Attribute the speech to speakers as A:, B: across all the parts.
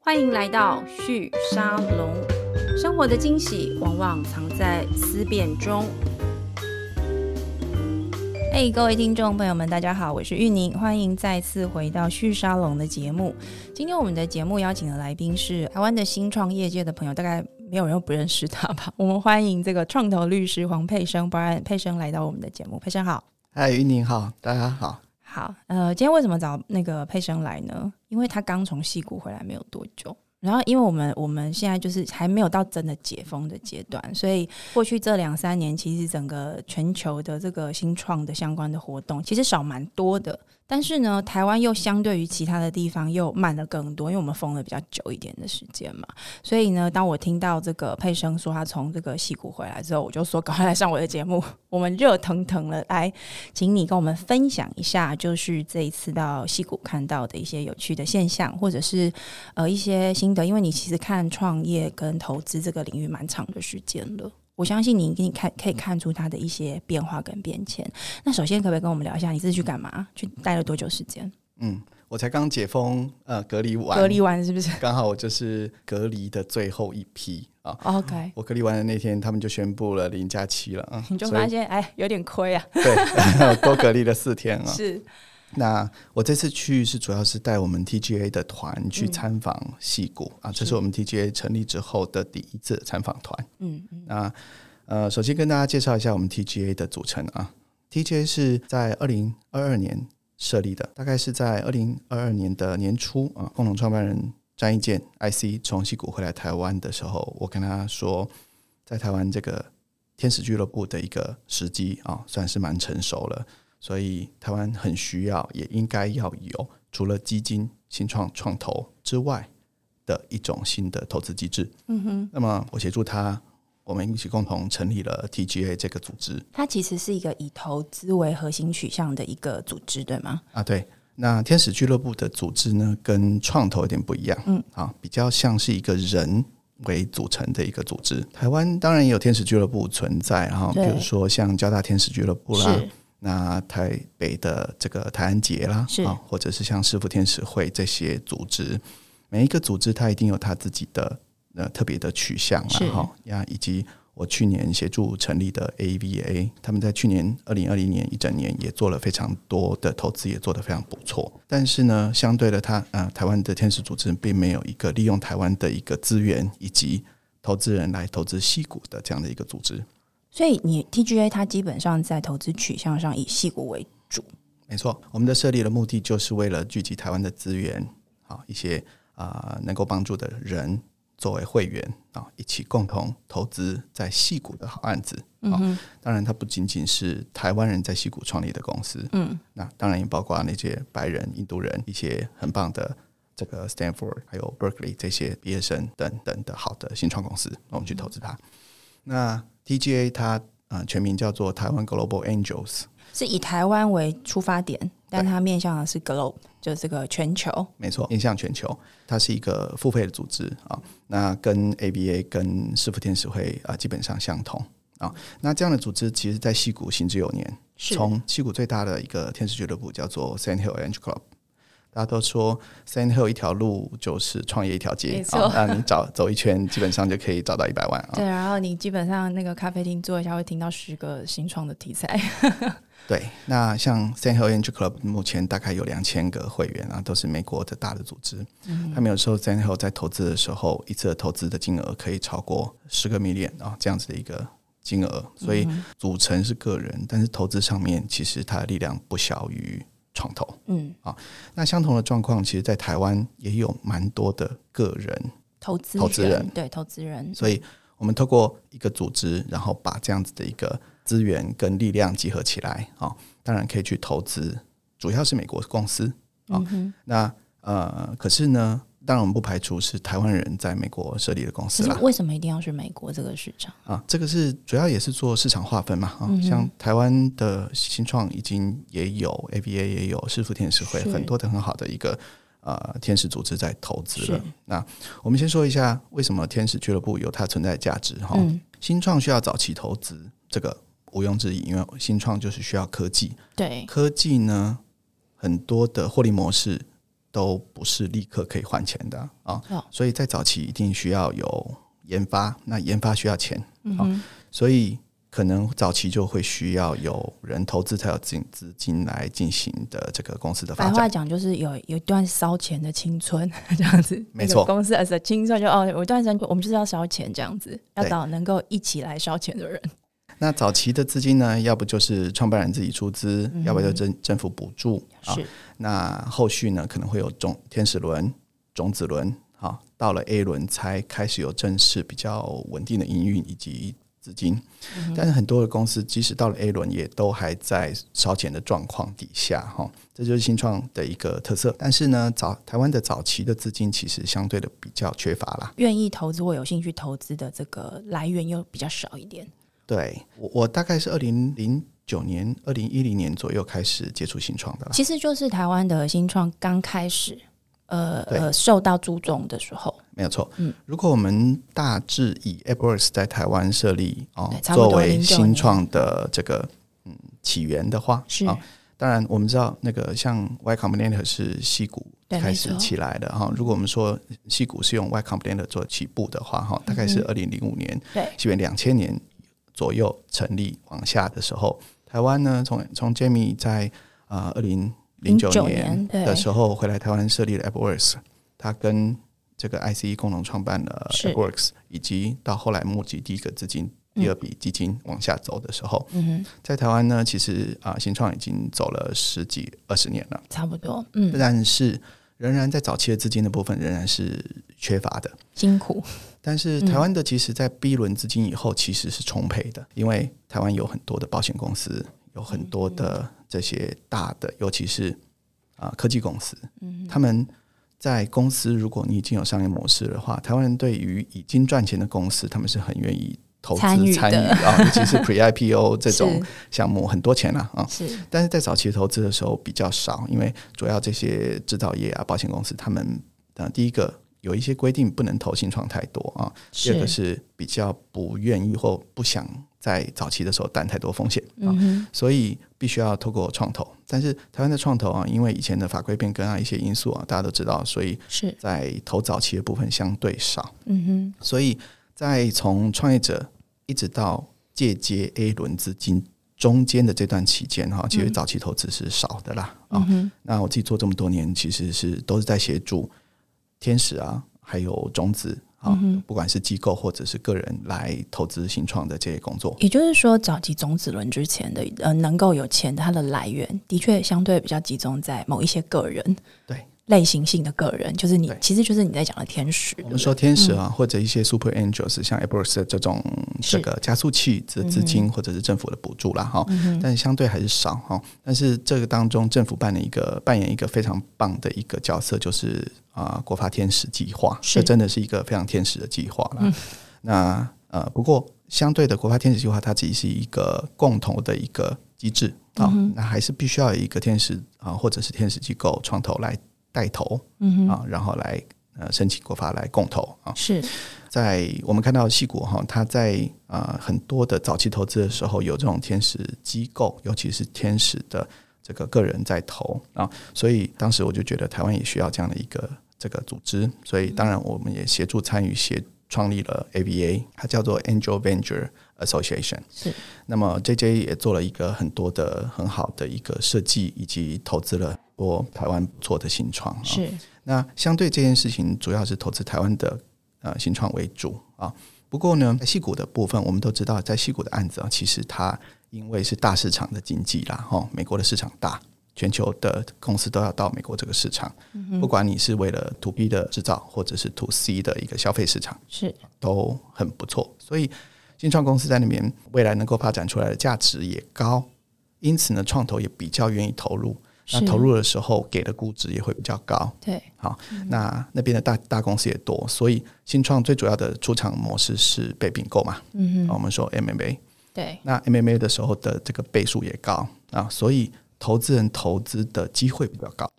A: 欢迎来到旭沙龙。生活的惊喜往往藏在思辨中。
B: 嘿、各位听众朋友们，大家好，我是玉宁，欢迎再次回到旭沙龙的节目。今天我们的节目邀请的来宾是台湾的新创业界的朋友，大概没有人不认识他吧？我们欢迎这个创投律师黄佩生 Brian 佩生来到我们的节目。佩生好，
C: 嗨，云宁好，大家好。
B: 好，呃，今天为什么找那个佩生来呢？因为他刚从戏谷回来没有多久。然后，因为我们我们现在就是还没有到真的解封的阶段，所以过去这两三年，其实整个全球的这个新创的相关的活动，其实少蛮多的。但是呢，台湾又相对于其他的地方又慢了更多，因为我们封了比较久一点的时间嘛。所以呢，当我听到这个佩生说他从这个戏谷回来之后，我就说 赶快来上我的节目，我们热腾腾的来请你跟我们分享一下，就是这一次到戏谷看到的一些有趣的现象，或者是呃一些心得，因为你其实看创业跟投资这个领域蛮长的时间了。我相信你一定看可以看出它的一些变化跟变迁。那首先可不可以跟我们聊一下，你这次去干嘛？去待了多久时间？
C: 嗯，我才刚解封，呃，隔离完，
B: 隔离完 是不是
C: 刚好我就是隔离的最后一批啊。
B: ？OK，
C: 我隔离完的那天，他们就宣布了零加七了啊，
B: 你就
C: 所以
B: 发现哎，有点亏 啊。
C: 对，多隔离了四天啊。
B: 是，
C: 那我这次去是主要是带我们 TGA 的团去
B: 嗯
C: 参访戏谷、啊，这是我们 TGA 成立之后的第一次参访团。
B: 嗯嗯
C: 那呃，首先跟大家介绍一下我们 TGA 的组成啊。TGA 是在二零二二年设立的，大概是在二零二二年的年初啊，共同创办人张义健 IC 从西谷回来台湾的时候，我跟他说，在台湾这个天使俱乐部的一个时机啊，算是蛮成熟了，所以台湾很需要，也应该要有除了基金、新创、创投之外的一种新的投资机制。
B: 嗯哼，
C: 那么我协助他，我们一起共同成立了 TGA 这个组织
B: 它其实是一个以投资为核心取向的一个组织，对吗？
C: 啊。对，那天使俱乐部的组织呢，跟创投有点不一样，
B: 嗯，
C: 啊，比较像是一个人。为组成的一个组织，台湾当然也有天使俱乐部存在，然后比
B: 对
C: 如说像交大天使俱乐部啦，那台北的这个台安节啦，
B: 是
C: 啊，或者是像师傅天使会这些组织，每一个组织它一定有它自己的呃特别的取向
B: 是
C: 啦，哈呀，以及我去年协助成立的 AVA，他们在去年二零二零年一整年也做了非常多的投资，也做得非常不错。但是呢，相对的它，呃台湾的天使组织并没有一个利用台湾的一个资源以及投资人来投资戏股的这样的一个组织。
B: 所以你 TGA 它基本上在投资取向上以细股为主，
C: 没错，我们的设立的目的就是为了聚集台湾的资源，好一些啊、呃能够帮助的人作为会员啊、一起共同投资在戏股的好案子。啊、当然它不仅仅是台湾人在戏股创立的公司，嗯，那当然也包括那些白人、印度人一些很棒的。这个 Stanford 还有 Berkeley 这些毕业生等等的好的新创公司，那我们去投资它。那 TGA 它呃全名叫做台湾 Global Angels，
B: 是以台湾为出发点，但它面向的是 globe，就这个全球。
C: 没错，面向全球，它是一个付费的组织啊。那跟 ABA 跟师傅天使会啊基本上相同啊。那这样的组织其实在西谷行之有年，
B: 是
C: 从西谷最大的一个天使俱乐部叫做 Sand Hill Orange Club。大家都说 Sand Hill 一条路就是创业一条街
B: 没错
C: 啊，那你找走一圈，基本上就可以找到一百万啊
B: 对，。然后你基本上那个咖啡厅坐一下，会听到十个新创的题材。
C: 对，那像 San Hill Angel Club 目前大概有两千个会员啊，都是美国的大的组织。他们有时候 San Hill 在投资的时候，一次的投资的金额可以超过十个 million 啊，这样子的一个金额。所
B: 嗯
C: 以组成是个人，但是投资上面其实它的力量不小于创投。
B: 嗯，
C: 那相同的状况，其实在台湾也有蛮多的个人
B: 投资
C: 投资人
B: 对投资人，
C: 所以我们透过一个组织，然后把这样子的一个资源跟力量集合起来啊、哦，当然可以去投资，主要是美国公司啊、
B: 嗯
C: 哦那呃，可是呢，当然我们不排除是台湾人在美国设立的公
B: 可
C: 司
B: 是
C: 啦。
B: 为什么一定要是美国这个市场？
C: 啊，这个是主要也是做市场划分嘛
B: 嗯
C: 啊，像台湾的新创已经也有 ABA 也有师傅天使会
B: 是
C: 很多的很好的一个呃天使组织在投资
B: 是
C: 了。那我们先说一下为什么天使俱乐部有它存在的价值哈、
B: 嗯
C: 新创需要早期投资，这个毋庸置疑，因为新创就是需要科技，
B: 对，
C: 科技呢很多的获利模式都不是立刻可以换钱的啊
B: 哦，
C: 所以在早期一定需要有研发，那研发需要钱，
B: 嗯哼，
C: 所以可能早期就会需要有人投资才有资资金来进行的这个公司的
B: 白
C: 发
B: 话
C: 展。
B: 讲就是有有一段烧钱的青春 这样子，
C: 没错
B: 那个公司 as a 青春就哦，有一段时间我们就是要烧钱这样子，要
C: 对
B: 找能够一起来烧钱的人，
C: 那早期的资金呢，要不就是创办人自己出资，
B: 嗯
C: 要不就政政府补助啊。
B: 是
C: 那后续呢，可能会有种天使轮、种子轮，好、到了 A 轮才开始有正式比较稳定的营运以及资金。但是很多的公司，即使到了 A 轮，也都还在烧钱的状况底下，哈、这就是新创的一个特色。但是呢，早台湾的早期的资金其实相对的比较缺乏啦。
B: 愿意投资或有兴趣投资的这个来源又比较少一点。
C: 对我，我大概是二零零九年、二零一零年左右开始接触新创的啦。
B: 其实就是台湾的新创刚开始，呃
C: 对
B: 呃，受到注重的时候，
C: 没有错。
B: 嗯
C: 如果我们大致以 AppWorks 在台湾设立哦
B: 对，差不
C: 作
B: 多
C: 为
B: 09
C: 新创的这个嗯起源的话，
B: 是
C: 哦当然我们知道那个像 Y Combinator 是戏谷
B: 对
C: 开
B: 没
C: 始
B: 错
C: 起来的哈、如果我们说戏谷是用 Y Combinator 做起步的话哈、大概是二零零五年，
B: 嗯对
C: 西元两千年左右成立往下的时候，台湾呢从从 Jamie 在啊二零零九
B: 09
C: 年
B: 年对
C: 的时候回来台湾设立了 AppWorks，他跟这个 ICE 共同创办了
B: 是
C: AppWorks，以及到后来募集第一个资金、第二笔基金往下走的时候，
B: 嗯
C: 在台湾呢，其实啊、新创已经走了十几二十年了
B: 哼，，差不多，嗯，
C: 但是仍然在早期的资金的部分仍然是缺乏的。
B: 辛苦，
C: 但是
B: 嗯
C: 台湾的其实，在 B 轮资金以后其实是充沛的，因为台湾有很多的保险公司，有很多的这些大的，尤其是啊、科技公司，
B: 嗯哼，
C: 他们在公司如果你已经有商业模式的话，台湾人对于已经赚钱的公司，他们是很愿意投资参
B: 参
C: 与
B: 与的
C: 啊，尤其是 Pre IPO 这种项目，很多钱啦啊。
B: 是是
C: 但是在早期投资的时候比较少，因为主要这些制造业啊、保险公司，他们呃第一个有一些规定不能投新创太多啊， 第二个是比较不愿意或不想在早期的时候担太多风险啊，
B: 嗯哼，
C: 所以必须要透过创投。但是台湾的创投啊，因为以前的法规变更啊一些因素啊，大家都知道，所以
B: 是，
C: 在投早期的部分相对少，
B: 嗯哼，
C: 所以在从创业者一直到借接 A 轮资金中间的这段期间哈，其实早期投资是少的啦啊、
B: 嗯哼，
C: 那我自己做这么多年，其实是都是在协助天使啊，还有种子啊，不管是机构或者是个人来投资新创的这些工作。
B: 也就是说，早期种子轮之前的呃，能够有钱的它的来源，的确相对比较集中在某一些个人
C: 对
B: 类型性的个人，就是你
C: 对，
B: 其实就是你在讲的天使。
C: 我们说天使啊，或者一些 super angels，像 a p p l e 这种
B: 是嗯
C: 这个加速器的资金，或者是政府的补助啦，哈、但相对还是少哈、但是这个当中，政府扮演一个扮演一个非常棒的一个角色，就是啊、国发天使计划，
B: 是嗯
C: 这真的是一个非常天使的计划啦。那呃，不过相对的，国发天使计划它只是一个共同的一个机制啊、
B: 嗯
C: 那还是必须要有一个天使啊、或者是天使机构创投来带头，嗯啊，然后来呃申请国发来共投啊。
B: 是，
C: 在我们看到戏股哈，它在呃很多的早期投资的时候，有这种天使机构，尤其是天使的这个个人在投啊，所以当时我就觉得台湾也需要这样的一个这个组织，所以当然我们也协助参与协创立了 ABA，它叫做 Angel Venture Association。
B: 是，
C: 那么 JJ 也做了一个很多的很好的一个设计，以及投资了很多台湾不错的新创啊。
B: 是，
C: 那相对这件事情，主要是投资台湾的呃新创为主啊。不过呢，在戏股的部分，我们都知道，在戏股的案子啊，其实它因为是大市场的经济啦，哈、美国的市场大，全球的公司都要到美国这个市场，不管你是为了 to B 的制造，或者是 to C 的一个消费市场，
B: 是，
C: 都很不错，所以新创公司在那边未来能够发展出来的价值也高，因此呢，创投也比较愿意投入。那
B: 是
C: 投入的时候给的估值也会比较高，
B: 对，
C: 好，
B: 嗯
C: 那那边的大大公司也多，所以新创最主要的出场模式是被并购嘛，
B: 嗯
C: 啊
B: 哼，
C: 我们说 MMA，
B: 对，
C: 那 MMA 的时候的这个倍数也高啊，所以投资人投资的机会比较高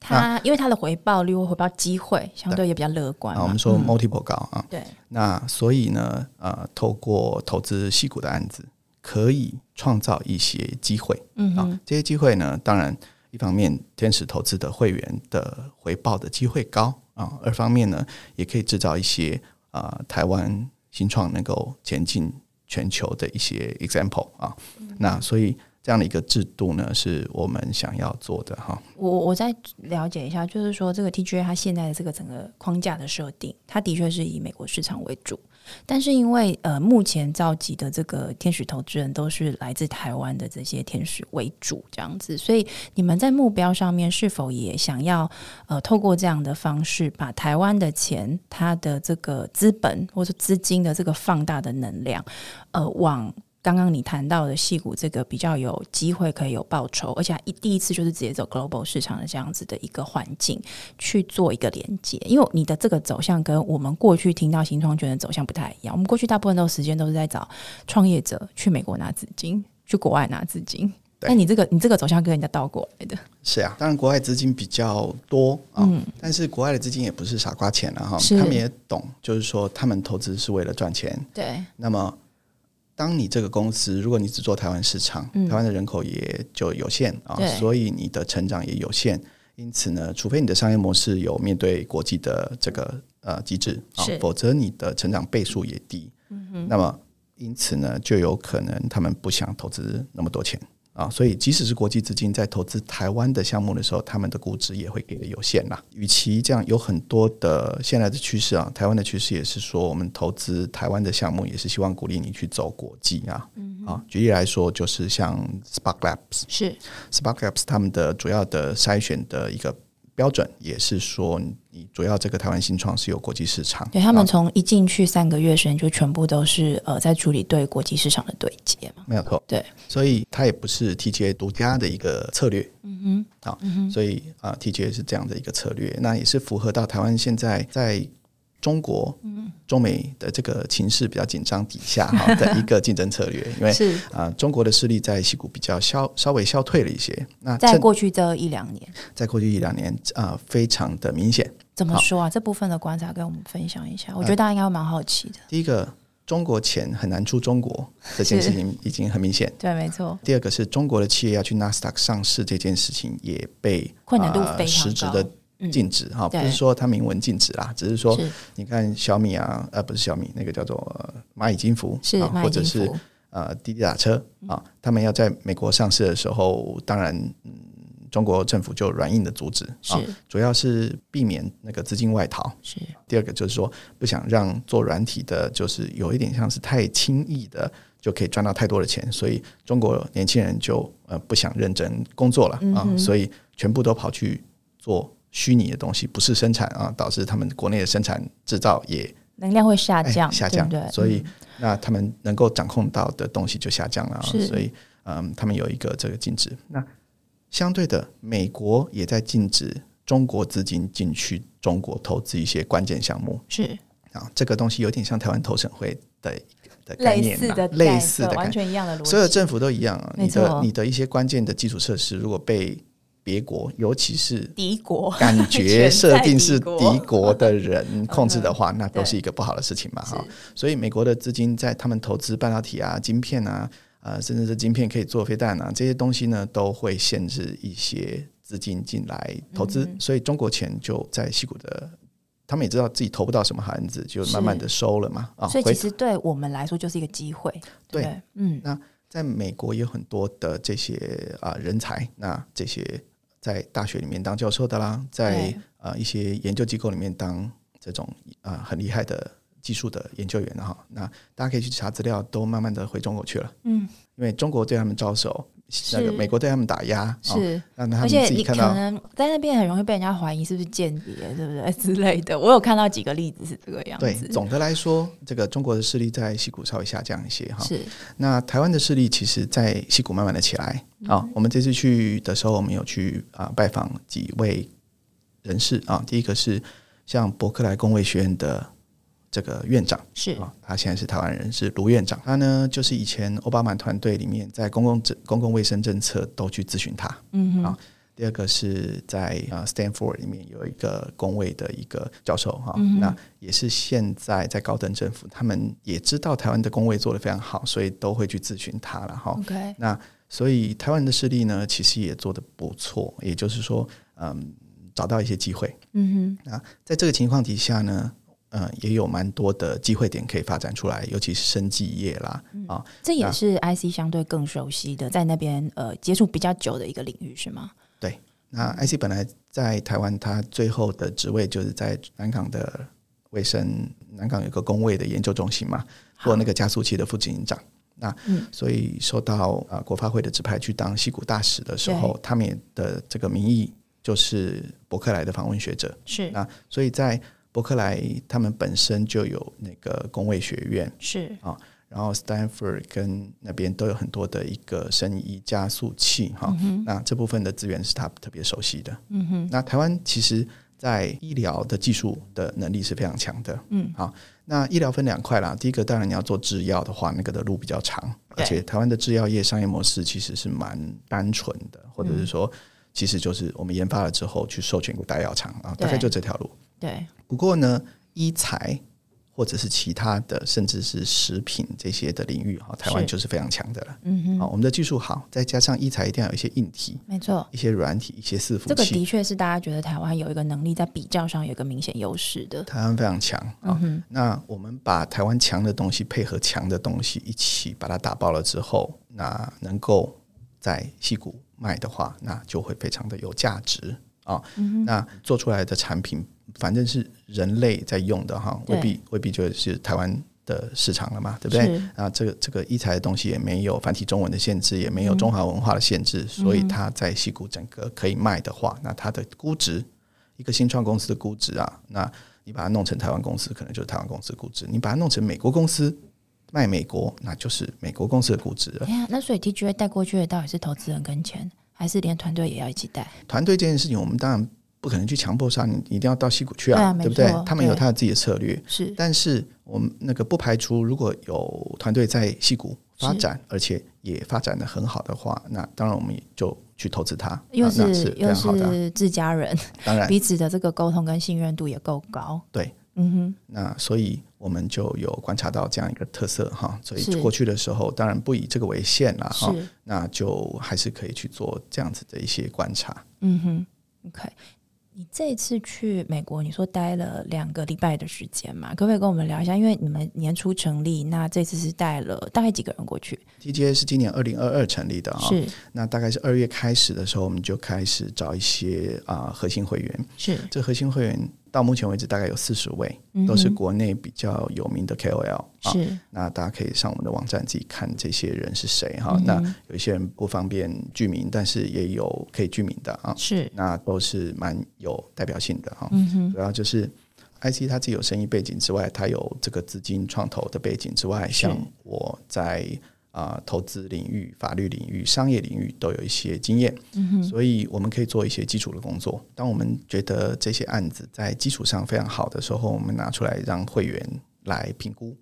B: 它因为它的回报率或回报机会相对也比较乐观
C: 啊，
B: 嘛。
C: 我们说
B: 嗯
C: multiple 高啊，
B: 对，
C: 那所以呢，呃，透过投资细股的案子，可以创造一些机会
B: 嗯
C: 啊
B: 哼，，
C: 这些机会呢，当然一方面天使投资的会员的回报的机会高啊，二方面呢，也可以制造一些啊、呃台湾新创能够前进全球的一些 example 啊。
B: 嗯
C: 那所以这样的一个制度呢，是我们想要做的哈。
B: 我我再了解一下，就是说这个 TGA 它现在的这个整个框架的设定，它的确是以美国市场为主，但是因为呃目前召集的这个天使投资人都是来自台湾的这些天使为主这样子，所以你们在目标上面是否也想要呃透过这样的方式，把台湾的钱、它的这个资本或者资金的这个放大的能量，呃往刚刚你谈到的戏股这个比较有机会可以有报酬，而且它一第一次就是直接走 global 市场的这样子的一个环境去做一个连接，因为你的这个走向跟我们过去听到新创圈的走向不太一样。我们过去大部分都时间都是在找创业者去美国拿资金，去国外拿资金。
C: 对
B: 那你这个你这个走向跟人家倒过来的，
C: 是啊，当然国外资金比较多啊、但是国外的资金也不是傻瓜钱啊了、哈，
B: 嗯是
C: 他们也懂，就是说他们投资是为了赚钱，
B: 对，
C: 那么，当你这个公司，如果你只做台湾市场，台湾的人口也就有限啊
B: 对，
C: 所以你的成长也有限。因此呢，除非你的商业模式有面对国际的这个呃机制啊
B: 是，
C: 否则你的成长倍数也低。那么，因此呢，就有可能他们不想投资那么多钱啊，所以即使是国际资金在投资台湾的项目的时候，他们的估值也会给的有限啦。与其这样，有很多的现在的趋势啊，台湾的趋势也是说，我们投资台湾的项目也是希望鼓励你去走国际啊。啊，举例来说，就是像 Spark Labs，
B: 是
C: Spark Labs 他们的主要的筛选的一个标准，也是说你主要这个台湾新创是有国际市场，
B: 对他们
C: 啊
B: 从一进去三个月时间就全部都是呃在处理对国际市场的对接嘛，
C: 没有错，
B: 对，
C: 所以它也不是 TGA 独家的一个策略，嗯哼，好，所以啊、t g a 是这样的一个策略，那也是符合到台湾现在在中国、
B: 嗯
C: 中美的这个情势比较紧张底下哈的一 个竞争策略，因为
B: 是
C: 啊、中国的势力在西股比较消稍微消退了一些，那
B: 在
C: 趁
B: 过去这一两年。
C: 在过去一两年啊、非常的明显。
B: 怎么
C: 好嗯
B: 说啊？这部分的观察跟我们分享一下，我觉得大家应该会蛮好奇的。
C: 第一个，中国钱很难出中国这件事情已经很明显。
B: 对，没错，
C: 第二个是中国的企业要去纳斯达克上市这件事情也被
B: 困难度
C: 呃
B: 非常高
C: 实质
B: 嗯
C: 的禁止哈、
B: 对
C: 不是说它明文禁止啦，只是说
B: 是
C: 你看小米啊，呃，不是小米，那个叫做呃蚂蚁金服，
B: 是
C: 啊、
B: 蚂
C: 或
B: 蚁
C: 者
B: 金
C: 是
B: 服，嗯
C: 呃滴滴打车啊，他们要在美国上市的时候，当然，嗯，中国政府就软硬的阻止啊
B: 是，
C: 主要是避免那个资金外逃。
B: 是
C: 第二个就是说，不想让做软体的，就是有一点像是太轻易的就可以赚到太多的钱，所以中国年轻人就呃不想认真工作了啊、所以全部都跑去做虚拟的东西，不是生产啊，导致他们国内的生产制造也
B: 能量会下
C: 哎
B: 降，
C: 下降，
B: 对不嗯对？
C: 所以、那他们能够掌控到的东西就下降了、啊，
B: 是
C: 所以嗯，他们有一个这个禁止。那相对的，美国也在禁止中国资金进去中国投资一些关键项目。
B: 是
C: 啊，这个东西有点像台湾投审会的的概
B: 类
C: 念
B: 似
C: 啦
B: 的概
C: 类似的
B: 对
C: 概
B: 完
C: 念，
B: 全一样的逻辑。
C: 所有政府都一样啊。你
B: 没
C: 的
B: 错
C: 你的一些关键的基础设施，如果被别国，尤其是
B: 敌国
C: 感觉
B: 全
C: 设
B: 在
C: 定
B: 敌
C: 是
B: 国
C: 敌国的人控制的话，那都
B: 对
C: 是一个不好的事情嘛
B: 嗯
C: 哈。所以美国的资金在他们投资半导体啊、晶片啊，呃，甚至是晶片可以做飞弹啊这些东西呢，都会限制一些资金进来投资。
B: 嗯
C: 所以中国钱就在西谷的，他们也知道自己投不到什么盘子，就是慢慢的收了嘛 啊。
B: 所以
C: 回
B: 其实对我们来说就是一个机会，对不
C: 对
B: 对？嗯，
C: 在美国有很多的这些啊、人才，那这些在大学里面当教授的啦，在
B: 对
C: 呃一些研究机构里面当这种啊、很厉害的技术的研究员哈，那大家可以去查资料，都慢慢的回中国去了，
B: 嗯，
C: 因为中国对他们招手，那个美国对他们打压，哦、
B: 是。
C: 让他
B: 而
C: 们
B: 且
C: 自己
B: 你可
C: 看到。
B: 能在那边很容易被人家怀疑是不是间谍，对不对 之类的。我有看到几个例子是这个样
C: 对，
B: 子，
C: 总的来说，这个中国的势力在西谷稍微下降一些哈。
B: 是
C: 那台湾的势力其实，在西谷慢慢的起来啊、我们这次去的时候，我们有去啊、拜访几位人士啊。第一个是像伯克莱工卫学院的这个院长
B: 是
C: 啊，他现在是台湾人，是卢院长。他呢，就是以前奥巴马团队里面在公共政公共卫生政策都去咨询他。
B: 嗯哼
C: 啊第二个是在呃 Stanford 里面有一个工位的一个教授哈、那也是现在在高等政
B: 嗯
C: 府，他们也知道台湾的工位做得非常好，所以都会去咨询他了哈。
B: ，OK，
C: 那所以台湾的势力呢，其实也做得不错，也就是说，嗯，找到一些机会。
B: 嗯哼，
C: 在这个情况底下呢，嗯、也有蛮多的机会点可以发展出来，尤其是生技业啦，啊，
B: 这也
C: 那
B: 是 IC 相对更熟悉的，在那边呃接触比较久的一个领域是吗？
C: 那 IC 本来在台湾，它最后的职位就是在南港的卫生，南港有个工卫的研究中心嘛，做那个加速器的副执行长。那
B: 嗯
C: 所以受到啊、呃国发会的指派去当西谷大使的时候，他们也的这个名义就是伯克莱的访问学者，
B: 是
C: 那所以在伯克莱他们本身就有那个工卫学院，
B: 是，
C: 然后 Stanford 跟那边都有很多的一个生医加速器哈、那这部分的资源是他特别熟悉的。
B: 嗯哼，
C: 那台湾其实在医疗的技术的能力是非常强的。
B: 嗯，
C: 好，那医疗分两块啦，第一个当然你要做制药的话，那个的路比较长，
B: 对
C: 而且台湾的制药业商业模式其实是蛮单纯的，或者是说，其实就是我们研发了之后去授权给大药厂啊，大
B: 对
C: 概就这条路。
B: 对，
C: 不过呢，医材或者是其他的，甚至是食品这些的领域哈，台湾
B: 是
C: 就是非常强的了。
B: 嗯
C: 好、
B: 哼，
C: 我们的技术好，再加上医材一定要有一些硬体、
B: 没错。
C: 一些软体、一些伺服
B: 这个
C: 器，
B: 的确是大家觉得台湾有一个能力在比较上有一个明显优势的，嗯
C: 台湾非常强啊、那我们把台湾强的东西配合强的东西一起把它打爆了之后，那能够在戏谷卖的话，那就会非常的有价值啊、
B: 嗯
C: 那做出来的产品，反正是人类在用的哈，
B: 对
C: 未必未必就是台湾的市场了嘛，对不对？
B: 是
C: 啊，这个这个一材的东西也没有繁体中文的限制，也没
B: 嗯
C: 有中华文化的限制，所以它在西谷整个可以卖的话，那它的估值，一个新创公司的估值啊，那你把它弄成台湾公司，可能就是台湾公司的估值；你把它弄成美国公司卖美国，那就是美国公司的估值了。
B: 哎呀，那所以 TGA 带过去的到底是投资人跟钱，还是连团队也要一起带？
C: 团队这件事情，我们当然不可能去强迫杀你，你一定要到西谷去啊，
B: 对啊没
C: 对不对
B: 错？
C: 他们有
B: 对
C: 他的自己的策略，
B: 是
C: 但是我们那个不排除，如果有团队在戏谷发展，而且也发展的很好的话，那当然我们也就去投资它，
B: 又
C: 啊那
B: 是
C: 是非
B: 又
C: 常好的啊。
B: 是自家人，
C: 当然，
B: 彼此的这个沟通跟信任度也够高。
C: 对，
B: 嗯哼，
C: 那所以我们就有观察到这样一个特色哈，所
B: 是
C: 以过去的时候，当然不以这个为限啦哈，
B: 是，
C: 那就还是可以去做这样子的一些观察。
B: 嗯哼，OK。你这一次去美国，你说待了两个礼拜的时间嘛？可不可以跟我们聊一下？因为你们年初成立，那这次是带了大概几个人过去？
C: TGA 是今年二零二二成立的啊，
B: 是
C: 那大概是二月开始的时候，我们就开始找一些啊、核心会员，
B: 是，
C: 这核心会员到目前为止大概有四十位，
B: 嗯哼
C: 都是国内比较有名的 KOL 啊。
B: 是
C: 那大家可以上我们的网站自己看这些人是谁哈、
B: 嗯哼
C: 那有一些人不方便具名，但是也有可以具名的啊。
B: 是，
C: 那都是蛮有代表性的哈、
B: 嗯哼，
C: 主要就是 IC 他自己有生意背景之外，他有这个资金创投的背景之外，
B: 是
C: 像我在啊、投资领域、法律领域、商业领域都有一些经验，
B: 嗯
C: 所以我们可以做一些基础的工作。当我们觉得这些案子在基础上非常好的时候，我们拿出来让会员来评估。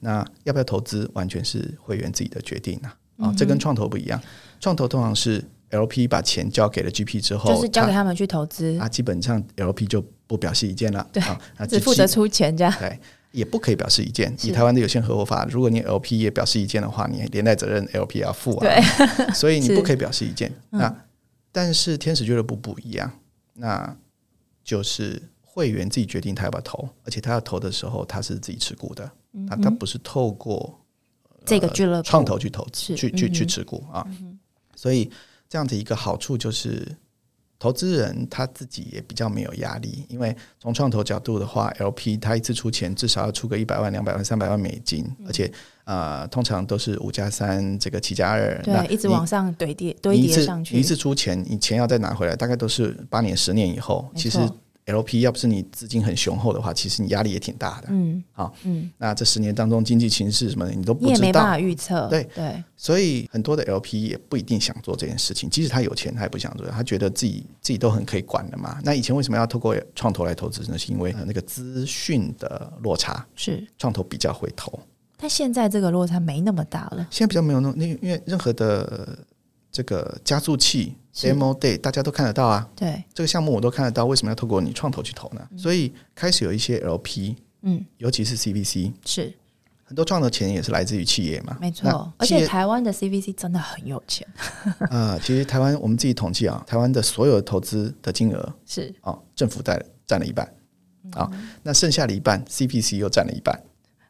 C: 那要不要投资，完全是会员自己的决定啊！
B: 嗯
C: 啊、这跟创投不一样，创投通常是 LP 把钱交给了 GP 之后，
B: 就是交
C: 他
B: 给他们去投资，
C: 啊，基本上 LP 就不表示意见了，
B: 对
C: 啊，那
B: 只
C: GP
B: 负责出钱这样。
C: 对，也不可以表示意见。
B: 是
C: 以台湾的有限合伙法，如果你 LP 也表示意见的话，你连带责任 LP 要负啊，
B: 对，
C: 所以你
B: 是嗯
C: 不可以表示意见。那但是天使俱乐部不一样，那就是会员自己决定他要不要投，而且他要投的时候他是自己持股的，
B: 嗯
C: 他他不是透过
B: 这个俱乐部
C: 创投去投
B: 是
C: 资，去去
B: 嗯哼
C: 去持股啊。所以这样的一个好处就是，投资人他自己也比较没有压力，因为从创投角度的话，LP 他一次出钱至少要出个一百万、两百万、三百万美金，
B: 嗯
C: 而且呃，通常都是五加三这个七加二，那
B: 对，一直
C: 你
B: 往上堆叠啊堆
C: 你一
B: 叠
C: 次
B: 上
C: 你
B: 去
C: 一，次出钱，你钱要再拿回来，大概都是八年、十年以后。
B: 没
C: 其实
B: 错
C: LP 要不是你资金很雄厚的话，其实你压力也挺大的。
B: 嗯，
C: 好，
B: 嗯，
C: 那这十年当中经济形势什么的，你都
B: 你
C: 不
B: 也
C: 知
B: 没办
C: 道
B: 法，预测，
C: 对
B: 对，
C: 所以很多的 LP 也不一定想做这件事情。即使他有钱，他也不想做，他觉得自己自己都很可以管的嘛。那以前为什么要透过创投来投资呢？是因为呃那个资讯的落差，
B: 是。
C: 创投比较会投。
B: 但现在这个落差没那么大了，
C: 现在比较没有那那因为任何的呃这个加速器
B: 是
C: demo day 大家都看得到啊，
B: 对，
C: 这个项目我都看得到，为什么要透过你创投去投呢？所以开始有一些 LP，
B: 嗯，
C: 尤其是 CVC，
B: 是
C: 很多创投钱也是来自于企业嘛，
B: 没错，
C: 那
B: 而
C: 企业
B: 且台湾的 CVC 真的很有钱，
C: 呃，其实台湾我们自己统计啊，台湾的所有投资的金额
B: 是
C: 哦，政府占占了一半，
B: 嗯
C: 啊、那剩下的一半 CPC 又占了一半，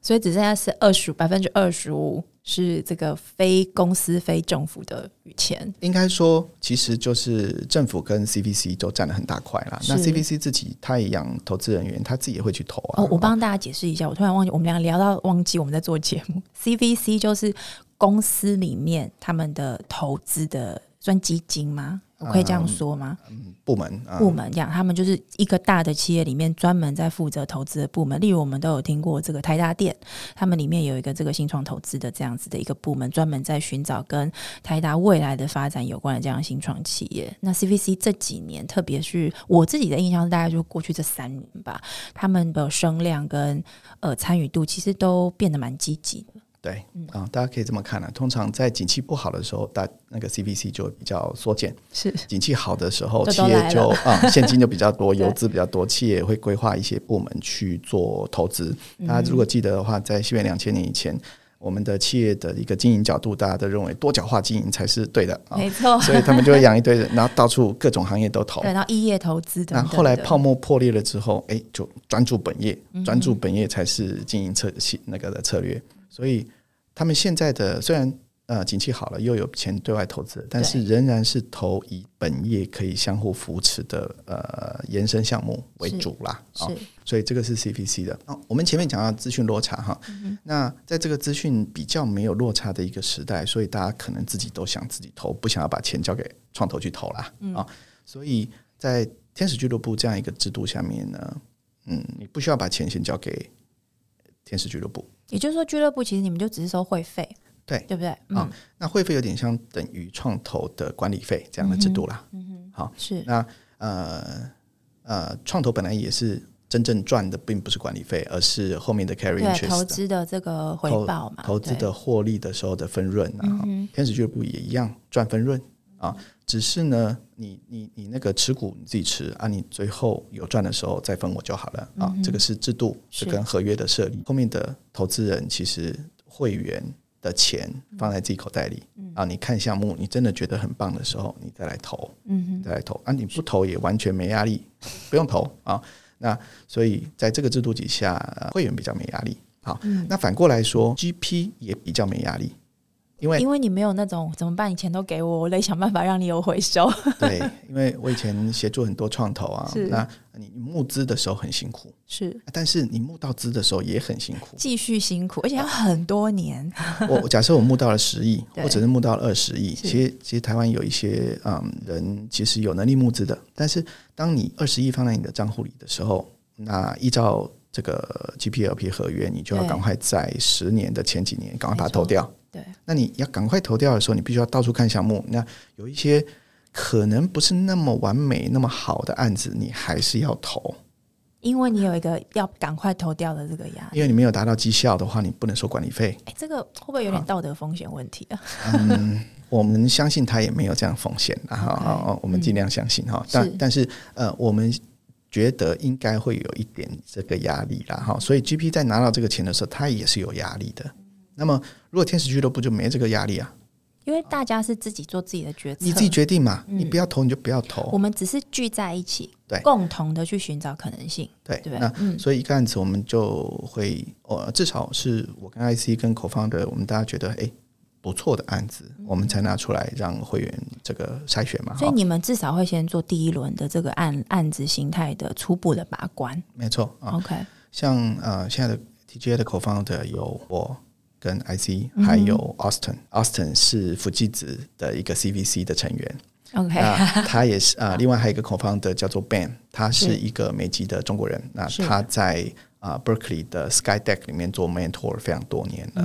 B: 所以只剩下是二十百分之二十五是这个非公司非政府的钱，
C: 应该说其实就是政府跟 CPC 都占了很大块啦。那
B: 是
C: CPC 自己他也养投资人员，他自己也会去投啊。
B: 哦，我帮大家解释一下，我突然忘记，我们俩聊到忘记我们在做节目。CVC 就是公司里面他们的投资的算基金吗？我可以这样说吗？
C: 嗯部门啊、
B: 部门这样，他们就是一个大的企业里面专门在负责投资的部门。例如，我们都有听过这个台达电，他们里面有一个这个新创投资的这样子的一个部门，专门在寻找跟台达未来的发展有关的这样的新创企业。那 CVC 这几年，特别是我自己的印象，大概就过去这三年吧，他们的声量跟呃参与度其实都变得蛮积极的。
C: 对
B: 嗯
C: 啊、大家可以这么看啊。通常在景气不好的时候，大那个 CPC 就比较缩减；
B: 是
C: 景气好的时候，
B: 就
C: 企
B: 都来
C: 业
B: 了
C: 就 啊、现金就比较多，
B: 对
C: 游资比较多，企业也会规划一些部门去做投资。
B: 嗯
C: 大家如果记得的话，在西元两千年以前，我们的企业的一个经营角度，大家都认为多角化经营才是对的啊、
B: 没错，
C: 所以他们就会养一堆人，然后到处各种行业都 投。
B: 对，然后异业投资等
C: 那
B: 等
C: 后来
B: 的嗯
C: 泡沫破裂了之后，哎，就专注本业，专注本业才是经营策系那个的策略。所以他们现在的虽然呃景气好了，又有钱对外投资，但是仍然是投以本业可以相互扶持的呃延伸项目为
B: 是
C: 主啦。啊。
B: 是
C: 所以这个是 CPC 的。哦，我们前面讲到资讯落差哈，
B: 嗯
C: 那在这个资讯比较没有落差的一个时代，所以大家可能自己都想自己投，不想要把钱交给创投去投啦。啊、
B: 嗯
C: 所以在天使俱乐部这样一个制度下面呢，嗯，你不需要把钱先交给天使俱乐部。
B: 也就是说，俱乐部其实你们就只是收会费，
C: 对
B: 对不对？
C: 啊
B: 嗯，
C: 那会费有点像等于创投的管理费这样的制度
B: 嗯
C: 啦。
B: 是
C: 那呃呃，创投本来也是真正赚的，并不是管理费，而是后面的 carry
B: 对啊
C: interest
B: 投
C: 的。
B: 资的这个回
C: 投
B: 报嘛，
C: 投资
B: 对嗯
C: 的获利的时候的分润啊，天使俱乐部也一样赚分润啊，只是呢，你你你那个持股你自己持啊，你最后有赚的时候再分我就好了啊，这个是制度
B: 是
C: 是跟合约的设立，后面的投资人其实会员的钱放在自己口袋里啊，你看项目你真的觉得很棒的时候，你再来投，
B: 嗯
C: 你再来投啊，你不投也完全没压力，不用投啊。那所以在这个制度底下，呃会员比较没压力。好，那反过来说，GP 也比较没压力，因为
B: 因为你没有那种怎么办，你钱都给我，我得想办法让你有回收。
C: 对，因为我以前协助很多创投啊
B: 是，
C: 那你募资的时候很辛苦，
B: 是。
C: 但 是你募到资的时候也很辛苦
B: 继续辛苦，而且要很多年。
C: 我我假设我募到了十亿，
B: 对
C: 或者是募到了二十亿，
B: 是
C: 其实其实台湾有一些嗯人其实有能力募资的，但是当你二十亿放在你的账户里的时候，那依照这个 GPLP 合约，你就要
B: 对
C: 赶快在十年的前几年赶快
B: 没
C: 把它
B: 错
C: 投掉。
B: 对，
C: 那你要赶快投掉的时候，你必须要到处看项目。那有一些可能不是那么完美、那么好的案子，你还是要投，
B: 因为你有一个要赶快投掉的这个压力。
C: 因为你没有达到绩效的话，你不能收管理费。
B: 哎，这个会不会有点道德风险问题啊？
C: 我们相信他也没有这样风险啊，哈
B: OK，嗯
C: 哦哦我们尽量相信哈。
B: 是
C: 但但是呃，我们觉得应该会有一点这个压力啦，哈。所以 GP 在拿到这个钱的时候，他也是有压力的。那么如果天使俱乐部就没这个压力啊，
B: 因为大家是自己做自己的决策，
C: 你自己决定嘛，
B: 嗯
C: 你不要投你就不要投。
B: 我们只是聚在一起，
C: 对
B: 共同的去寻找可能性。
C: 对，
B: 对嗯
C: 那、所以一个案子我们就会，呃，至少是我跟 IC 跟 co-founder，我们大家觉得哎不错的案子，我们才拿出来让会员这个筛选嘛。
B: 嗯所以
C: 哈
B: 你们至少会先做第一轮的这个案案子形态的初步的把关。
C: 没错啊，
B: OK，
C: 像呃现在的 TGA 的 co-founder 有我。跟 IC 还有 Austin，Austin、是福基子的一个 CVC 的成员，
B: OK，
C: 那他也是啊、呃另外还有一个 co-founder 叫做 Ben，他是一个美籍的中国人。那
B: 是
C: 他在啊、呃 Berkeley 的 Skydeck 里面做 mentor 非常多年了，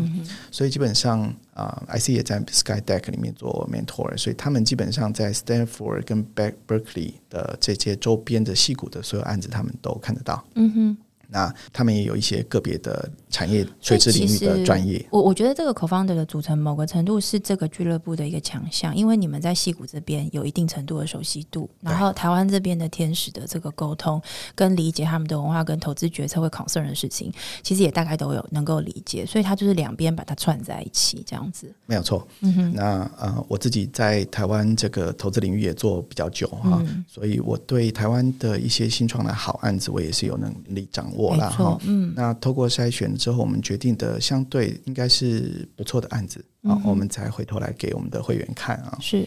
C: 所以基本上啊、呃 IC 也在 Skydeck 里面做 mentor，所以他们基本上在 Stanford 跟 Be- Berkeley 的这些周边的戏骨的所有案子，他们都看得到。
B: 嗯哼，
C: 那他们也有一些个别的产
B: 哎
C: 业垂直领域的专业。
B: 我我觉得这个 co-founder 的组成，某个程度是这个俱乐部的一个强项，因为你们在戏谷这边有一定程度的熟悉度，然后台湾这边的天使的这个沟通跟理解他们的文化跟投资决策会 concern 的事情，其实也大概都有能够理解，所以他就是两边把它串在一起这样子。
C: 没有错。
B: 嗯
C: 那呃，我自己在台湾这个投资领域也做比较久哈、
B: 嗯
C: 所以我对台湾的一些新创的好案子，我也是有能力掌握
B: 没
C: 啦哈、
B: 错，嗯，
C: 那透过筛选之后，我们决定的相对应该是不错的案子啊、
B: 嗯
C: 我们才回头来给我们的会员看啊。
B: 是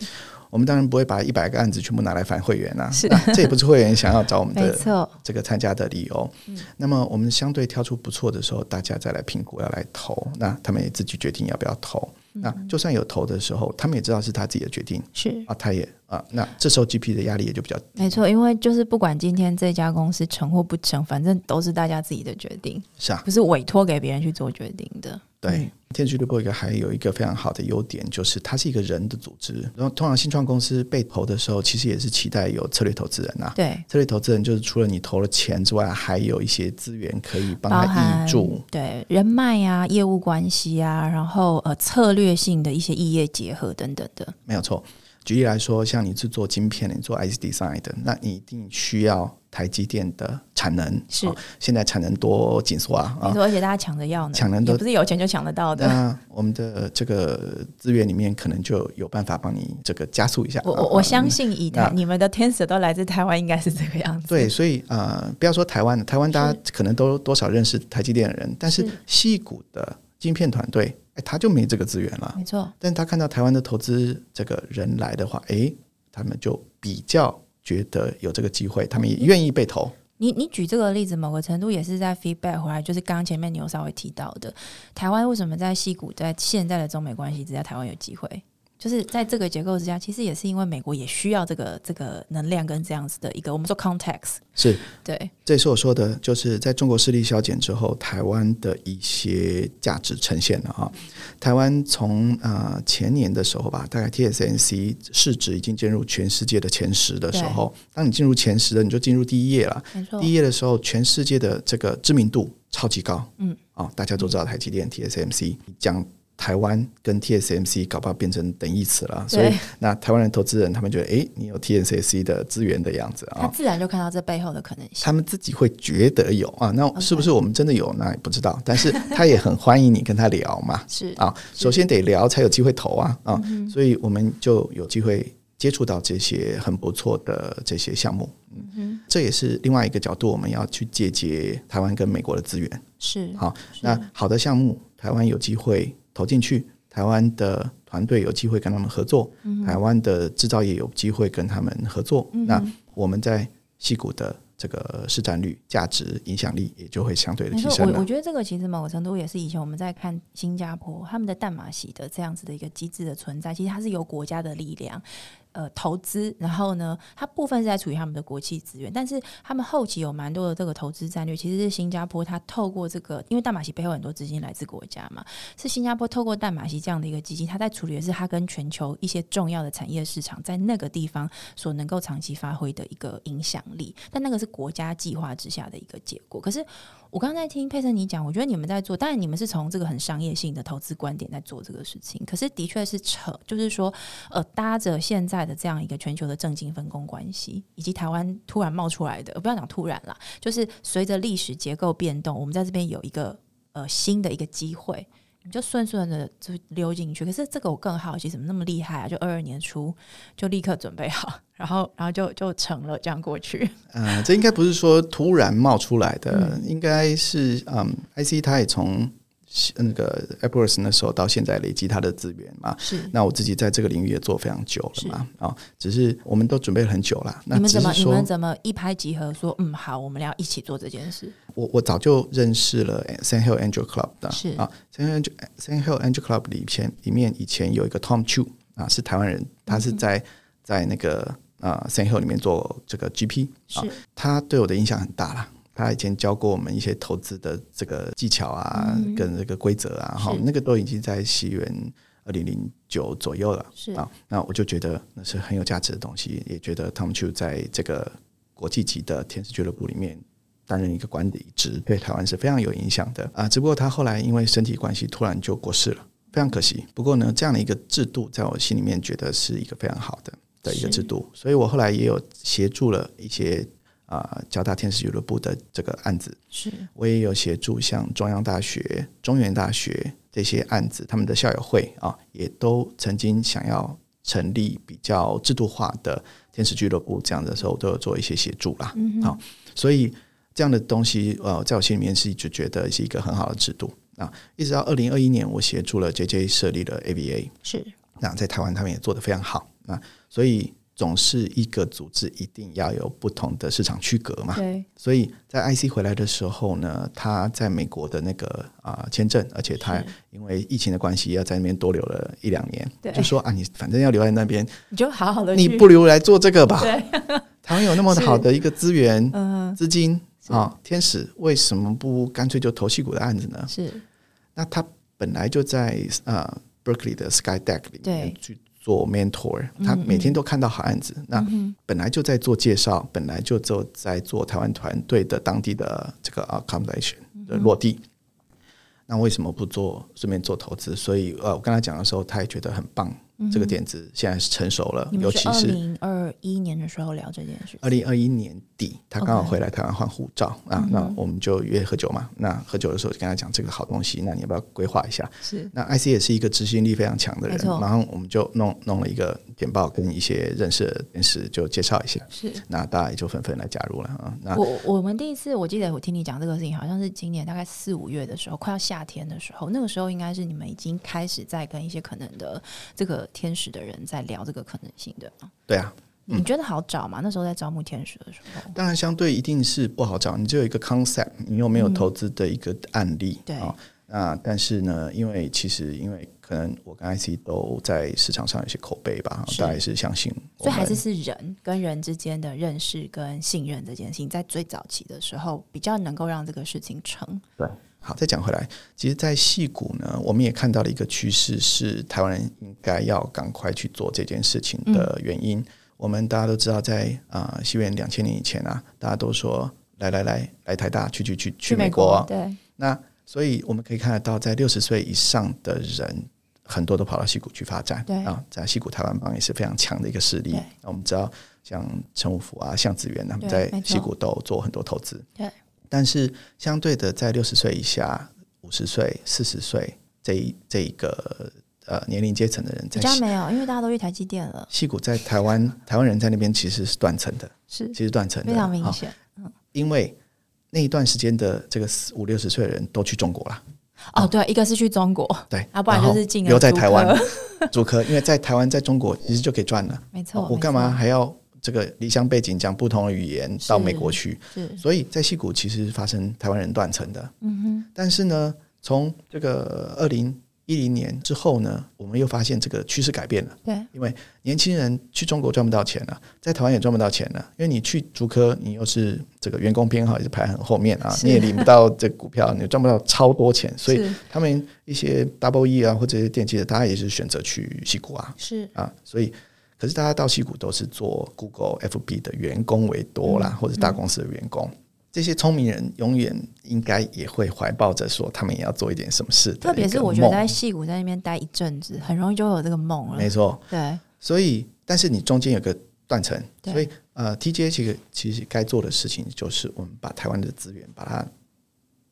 C: 我们当然不会把一百个案子全部拿来反会员啊，那这也不是会员想要找我 们
B: 没
C: 的
B: 错，
C: 这个参加的理由。
B: 嗯
C: 那么我们相对挑出不错的时候，大家再来评估要来投，那他们也自己决定要不要投。
B: 嗯
C: 那就算有投的时候，他们也知道是他自己的决定
B: 是。
C: 啊，他也啊，那这时候 GP 的压力也就比较低
B: 没错，因为就是不管今天这家公司成或不成，反正都是大家自己的决定，
C: 是啊，
B: 不是委托给别人去做决定的。
C: 对。天使俱乐部一个还有一个非常好的优点，就是它是一个人的组织。然后通常新创公司被投的时候，其实也是期待有策略投资人啊。
B: 对，
C: 策略投资人就是除了你投了钱之外，还有一些资源可以帮
B: 包
C: 他
B: 含
C: 挹注。
B: 对人脉呀、业务关系呀、然后呃策略性的一些异业结合等等的，
C: 没有错。举例来说，像你是做晶片的，你做 IC design 的，那你一定需要台积电的产能。
B: 是
C: 哦现在产能多紧缩啊
B: 没
C: 啊！
B: 错，而且大家抢着要呢，
C: 抢人都
B: 也不是有钱就抢得到 的。
C: 那我们的这个资源里面，可能就有办法帮你这个加速一下。
B: 我
C: 啊
B: 我我相。信以台
C: 那
B: 你们的天使都来自台湾，应该是这个样子。
C: 对，所以呃，不要说台湾的，台湾大家可能都多少认识台积电的人，但是
B: 是
C: 戏谷的晶片团队，哎，他就没这个资源了。
B: 没错，
C: 但他看到台湾的投资这个人来的话，诶，他们就比较觉得有这个机会，他们也愿意被投。
B: 你你举这个例子，某个程度也是在 feedback 回来，就是刚刚前面你有稍微提到的，台湾为什么在戏谷在现在的中美关系之下，台湾有机会？就是在这个结构之下，其实也是因为美国也需要这个这个能量跟这样子的一个我们说 context，
C: 是，
B: 对，
C: 这也是我说的，就是在中国势力消减之后，台湾的一些价值呈现了啊。台湾从呃前年的时候吧，大概 TSMC 市值已经进入全世界的前十的时候，当你进入前十了，你就进入第一页了。
B: 没错，
C: 第一页的时候，全世界的这个知名度超级高，
B: 嗯，
C: 哦，大家都知道台积电、TSMC，讲台湾跟 TSMC 搞不好变成等义词了，所以
B: 对
C: 那台湾的投资人他们觉得，诶，你有 TSMC 的资源的样子啊、
B: 他自然就看到这背后的可能性。，
C: 他们自己会觉得有啊，那是不是我们真的有？那也不知道，但是他也很欢迎你跟他聊嘛
B: 是
C: 啊，首先得聊才有机会投啊
B: 嗯
C: 啊，所以我们就有机会接触到这些很不错的这些项目，嗯，这也是另外一个角度，我们要去借接台湾跟美国的资源。
B: 是
C: 好，那好的项目，台湾有机会投进去，台湾的团队有机会跟他们合作，
B: 嗯
C: 台湾的制造业有机会跟他们合作，那我们在戏谷的这个市占率、价值、影响力也就会相对的
B: 没
C: 提
B: 错，
C: 升啊
B: 我我
C: 了。
B: 觉得这个其实某个程度也是以前我们在看新加坡他们的淡马锡的这样子的一个机制的存在，其实它是由国家的力量。呃，投资，然后呢，它部分是在处于他们的国际资源，但是他们后期有蛮多的这个投资战略，其实是新加坡它透过这个，因为淡马锡背后很多资金来自国家嘛，是新加坡透过淡马锡这样的一个基金，它在处理的是它跟全球一些重要的产业市场在那个地方所能够长期发挥的一个影响力，但那个是国家计划之下的一个结果。可是我刚才听佩森你讲，我觉得你们在做，当然你们是从这个很商业性的投资观点在做这个事情，可是的确是扯，就是说，呃，搭着现在的这样一个全球的政经分工关系，以及台湾突然冒出来的，呃不要讲突然啦，就是随着历史结构变动，我们在这边有一个呃新的一个机会。你就顺顺的就溜进去，可是这个我更好奇，怎么那么厉害啊？就二二年初就立刻准备好，然后然后就就成了这样过去。
C: 呃，这应该不是说突然冒出来的，
B: 嗯
C: 应该是嗯，IC 它也从呃那个 Apple 那时候到现在累积它的资源嘛。
B: 是
C: 那我自己在这个领域也做非常久了嘛，啊、只是我们都准备了很久了。那
B: 你们
C: 只
B: 怎么
C: 是
B: 你
C: 说
B: 们怎么一拍即合说嗯好，我们要一起做这件事？
C: 我我早就认识了呃 San Hill Angel Club 的，
B: 是
C: 啊，San Hill Angel- San Hill Angel Club 里前里面以前有一个 Tom Chu 啊，是台湾人，他
B: 嗯
C: 是在、在那个呃 San Hill 里面做这个 GP 啊，
B: 是
C: 他对我的影响很大啦。他以前教过我们一些投资的这个技巧啊，跟这个规则啊，哈
B: 是，
C: 那个都已经在西元二零零九左右了。
B: 是
C: 啊，那我就觉得那是很有价值的东西，也觉得 Tom Chu 在这个国际级的天使俱乐部里面，担任一个管理职，对台湾是非常有影响的啊。只不过他后来因为身体关系突然就过世了，非常可惜。不过呢，这样的一个制度，在我心里面觉得是一个非常好的的一个制度，所以我后来也有协助了一些啊、交大天使俱乐部的这个案子，
B: 是
C: 我也有协助像中央大学、中原大学这些案子，他们的校友会啊，也都曾经想要成立比较制度化的天使俱乐部，这样的时候都有做一些协助啦。嗯，好、所以这样的东西，呃，在我心里面是就觉得是一个很好的制度啊。一直到二零二一年，我协助了 JJ 设立了 ABA，
B: 是
C: 那在台湾他们也做得非常好啊，所以。总是一个组织一定要有不同的市场区隔嘛，
B: 对
C: 所以在 IC 回来的时候呢，他在美国的那个啊、签证，而且他因为疫情的关系，要在那边多留了一两年
B: 对，
C: 就说啊，你反正要留在 那边，
B: 你就好好的
C: 你不留来做这个吧？
B: 对
C: 台湾有那么好的一个资源、
B: 嗯、
C: 资金啊，天使为什么不干脆就投戏股的案子呢？
B: 是
C: 那他本来就在呃 Berkeley 的 Skydeck 里面
B: 对嗯
C: 去做 mentor，他每天都看到好案子。那本来就在做介绍，本来就做在做台湾团队的当地的这个啊 accommodation
B: 嗯
C: 的落地。那为什么不做顺便做投资？所以呃，我跟他讲的时候，他也觉得很棒，这个点子现在是成熟了，
B: 嗯你
C: 啊尤
B: 们
C: 其
B: 是二
C: 是呃
B: 零二一年的时候聊这件事情，
C: 二零二一年底，他刚好
B: OK
C: 回来台湾换护照
B: 嗯
C: 啊，那我们就约喝酒嘛。那喝酒的时候就跟他讲这个好东西，那你要不要规划一下？
B: 是
C: 那 IC 也是一个执行力非常强的人
B: 没，错
C: 然后我们就弄弄了一个简报，跟一些认识的人士就介绍一下，
B: 是。
C: 那大家也就纷纷来加入了啊。那
B: 我我们第一次，我记得我听你讲这个事情，好像是今年大概四五月的时候，快要夏天的时候，那个时候应该是你们已经开始在跟一些可能的这个天使的人在聊这个可能性的。
C: 对啊，
B: 你觉得好找吗？那时候在招募天使的时候，
C: 当然相对一定是不好找，你只有一个 concept，你又没有投资的一个案例，
B: 嗯对
C: 啊那但是呢，因为其实因为可能我跟 IC 都在市场上有些口碑吧，
B: 是
C: 大家也是相信我
B: 所以
C: 们，
B: 还是是人跟人之间的认识跟信任这件事情，在最早期的时候比较能够让这个事情成。
C: 好，再讲回来，其实，在戏股呢，我们也看到了一个趋势，是台湾人应该要赶快去做这件事情的原因。我们大家都知道在，啊西元两千年以前啊，大家都说来来来来台大，去去去去美国。啊
B: 对，
C: 那所以我们可以看得到，在六十岁以上的人，很多都跑到戏谷去发展。
B: 对
C: 啊，在戏谷台湾帮也是非常强的一个势力
B: 对。
C: 那我们知道，像陈武福啊、向子源他们
B: 对
C: 在
B: 没错
C: 戏谷都有做很多投资。
B: 对，
C: 但是相对的，在六十岁以下、五十岁、四十岁这一这一个呃年龄阶层的人，
B: 比
C: 在
B: 较
C: 戏
B: 没有，因为大家都去台积电了，
C: 戏谷在台湾，台湾人在那边其实是断层的，
B: 是
C: 其实断层的，
B: 嗯非常明
C: 好
B: 显。
C: 因为那一段时间的这个四五六十岁的人都去中国啦。
B: 哦，对，一个是去中 国，
C: 对，
B: 啊不然就是进了
C: 留在
B: 竹
C: 台湾
B: 科，
C: 主科，因为在台湾在中国其实就可以赚 了。哦
B: 没错。
C: 我
B: 没
C: 干嘛
B: 错
C: 还要这个离乡背景讲不同的语言到美国去？
B: 是
C: 所以在戏谷其实发生台湾人断层的。嗯哼。但是呢，从这个二零一零年之后呢，我们又发现这个趋势改变了。
B: 对，
C: 因为年轻人去中国赚不到钱了，在台湾也赚不到钱了，因为你去竹科，你又是这个员工编号也是排很后面啊，
B: 是
C: 你也领不到这股票，你赚不到超 多钱，所以
B: 是
C: 他们一些 Double E 啊或者一些电器的，大家也是选择去西谷啊
B: 是
C: 啊，所以可是大家到西谷都是做 Google、FB 的员工为
B: 嗯
C: 多啦，或者大公司的员工。这些聪明人永远应该也会怀抱着说，他们也要做一点什么事的一个
B: 特
C: 梦。
B: 别是我觉得在戏谷在那边待一阵子，很容易就会有这个梦了
C: 没。错，
B: 对，
C: 所以，但是你中间有个断层，
B: 对
C: 所以呃，TJ 这个其实该做的事情就是我们把台湾的资源把它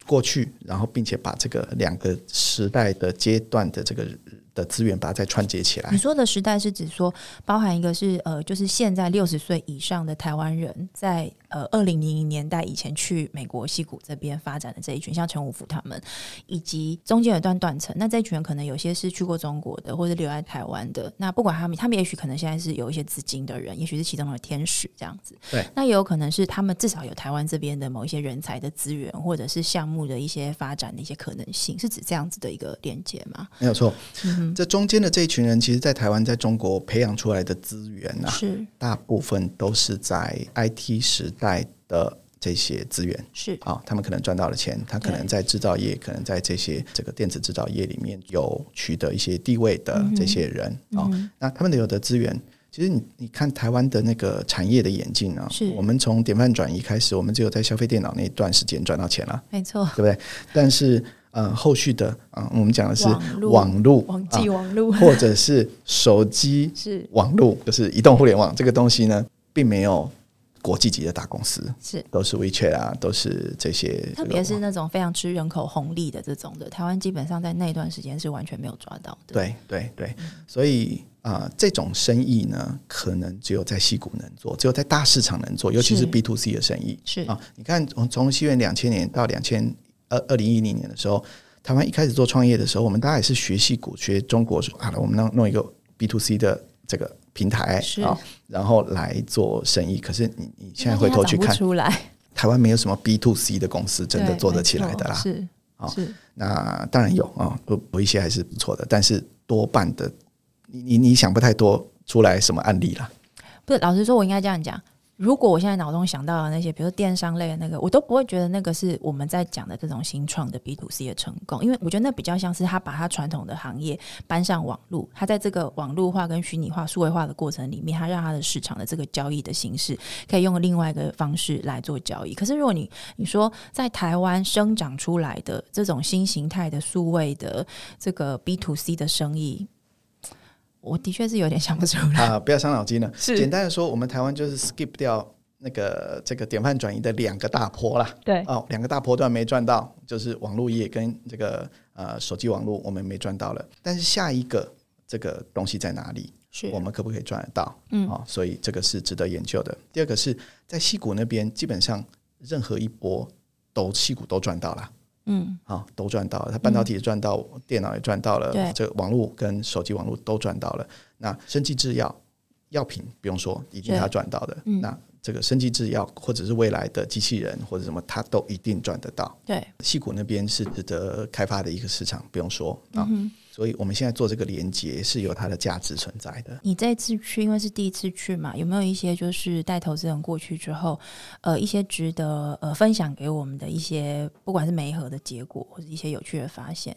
C: 过去，然后并且把这个两个时代的阶段的这个的资源把它再串接起来
B: 你。说的时代是指说，包含一个是呃，就是现在六十岁以上的台湾人在呃二零零零年代以前去美国西谷这边发展的这一群，像陈武福他们，以及中间有一段断层。那这一群人可能有些是去过中国的，或者留在台湾的。那不管他们，他们也许可能现在是有一些资金的人，也许是其中的天使这样子。
C: 对，
B: 那也有可能是他们至少有台湾这边的某一些人才的资源，或者是项目的一些发展的一些可能性，是指这样子的一个连接吗？
C: 没有错，这中间的这一群人，其实，在台湾、在中国培养出来的资源啊，
B: 是
C: 大部分都是在 IT 时代的这些资源。
B: 是
C: 啊、他们可能赚到了钱，他可能在制造业，可能在这些这个电子
B: 嗯
C: 制造业里面有取得一些地位的这些人啊、那他们的有的资源其实你你看台湾的那个产业的演进啊
B: 是，
C: 我们从典范转移开始，我们只有在消费电脑那一段时间赚到钱了，
B: 没错，
C: 对不对？但是呃，后续的呃，我们讲的是
B: 网络
C: 网络
B: 网
C: 啊
B: 际网 路、
C: 或者是手机
B: 是
C: 网络，就是移动互联网这个东西呢，并没有国际级的大公司，
B: 是，
C: 都是 WeChat 啊，都是这些，
B: 特别是那种非常吃人口红利的这种的，台湾基本上在那一段时间是完全没有抓到的。，
C: 对对对，所以啊、呃这种生意呢，可能只有在西谷能做，只有在大市场能做，尤其
B: 是
C: 是 B to C 的生意
B: 是
C: 啊。你看，从从西元两千年到两千呃二二零一零年的时候，台湾一开始做创业的时候，我们大家也是学戏股，学中国说啊，我们弄弄一个 B to C 的这个平台
B: 是
C: 啊，然后来做生意。可是你你现在
B: 但是
C: 回
B: 它
C: 头去
B: 长不
C: 看，
B: 出来，
C: 台湾没有什么 B to C 的公司真的
B: 对
C: 做得
B: 没
C: 起来
B: 错
C: 的啦。
B: 是
C: 哦
B: 是
C: 那当然有啊，有、有一些还是不错的，但是多半的你你你想不太多出来什么案例啦。
B: 不是？老实说，我应该这样讲。如果我现在脑中想到的那些，比如说电商类的那个，我都不会觉得那个是我们在讲的这种新创的 B to C 的成功，因为我觉得那比较像是他把他传统的行业搬上网络，他在这个网络化跟虚拟化、数位化的过程里面，他让他的市场的这个交易的形式可以用另外一个方式来做交易。可是如果你你说在台湾生长出来的这种新形态的数位的这个 B to C 的生意，我的确是有点想不出来。
C: 啊，不要伤脑筋了。
B: 是
C: 简单的说，我们台湾就是 skip 掉那个这个典范转移的两个大坡啦。
B: 对
C: 哦，两个大波段没赚到，就是网络业跟这个呃手机网络我们没赚到了。但是下一个这个东西在哪里？
B: 是
C: 我们可不可以赚得到？
B: 嗯
C: 哦，所以这个是值得研究的。第二个是在戏股那边，基本上任何一波都戏股都赚到了。
B: 嗯。
C: 啊、都赚到了，它半导体也赚到，电脑也赚到
B: 对
C: 了，这个网络跟手机网络都赚到了。那生技制药、药品不用说，一定
B: 对
C: 它赚到的。
B: 嗯
C: 那这个生技制药或者是未来的机器人或者什么，它都一定赚得到。
B: 对，
C: 戏股那边是值得开发的一个市场，不用说啊。
B: 嗯哼，
C: 所以我们现在做这个连接是有它的价值存在的。
B: 你这次去，因为是第一次去嘛，有没有一些就是带投资人过去之后，呃，一些值得呃分享给我们的一些，不管是媒合的结果，或者一些有趣的发现？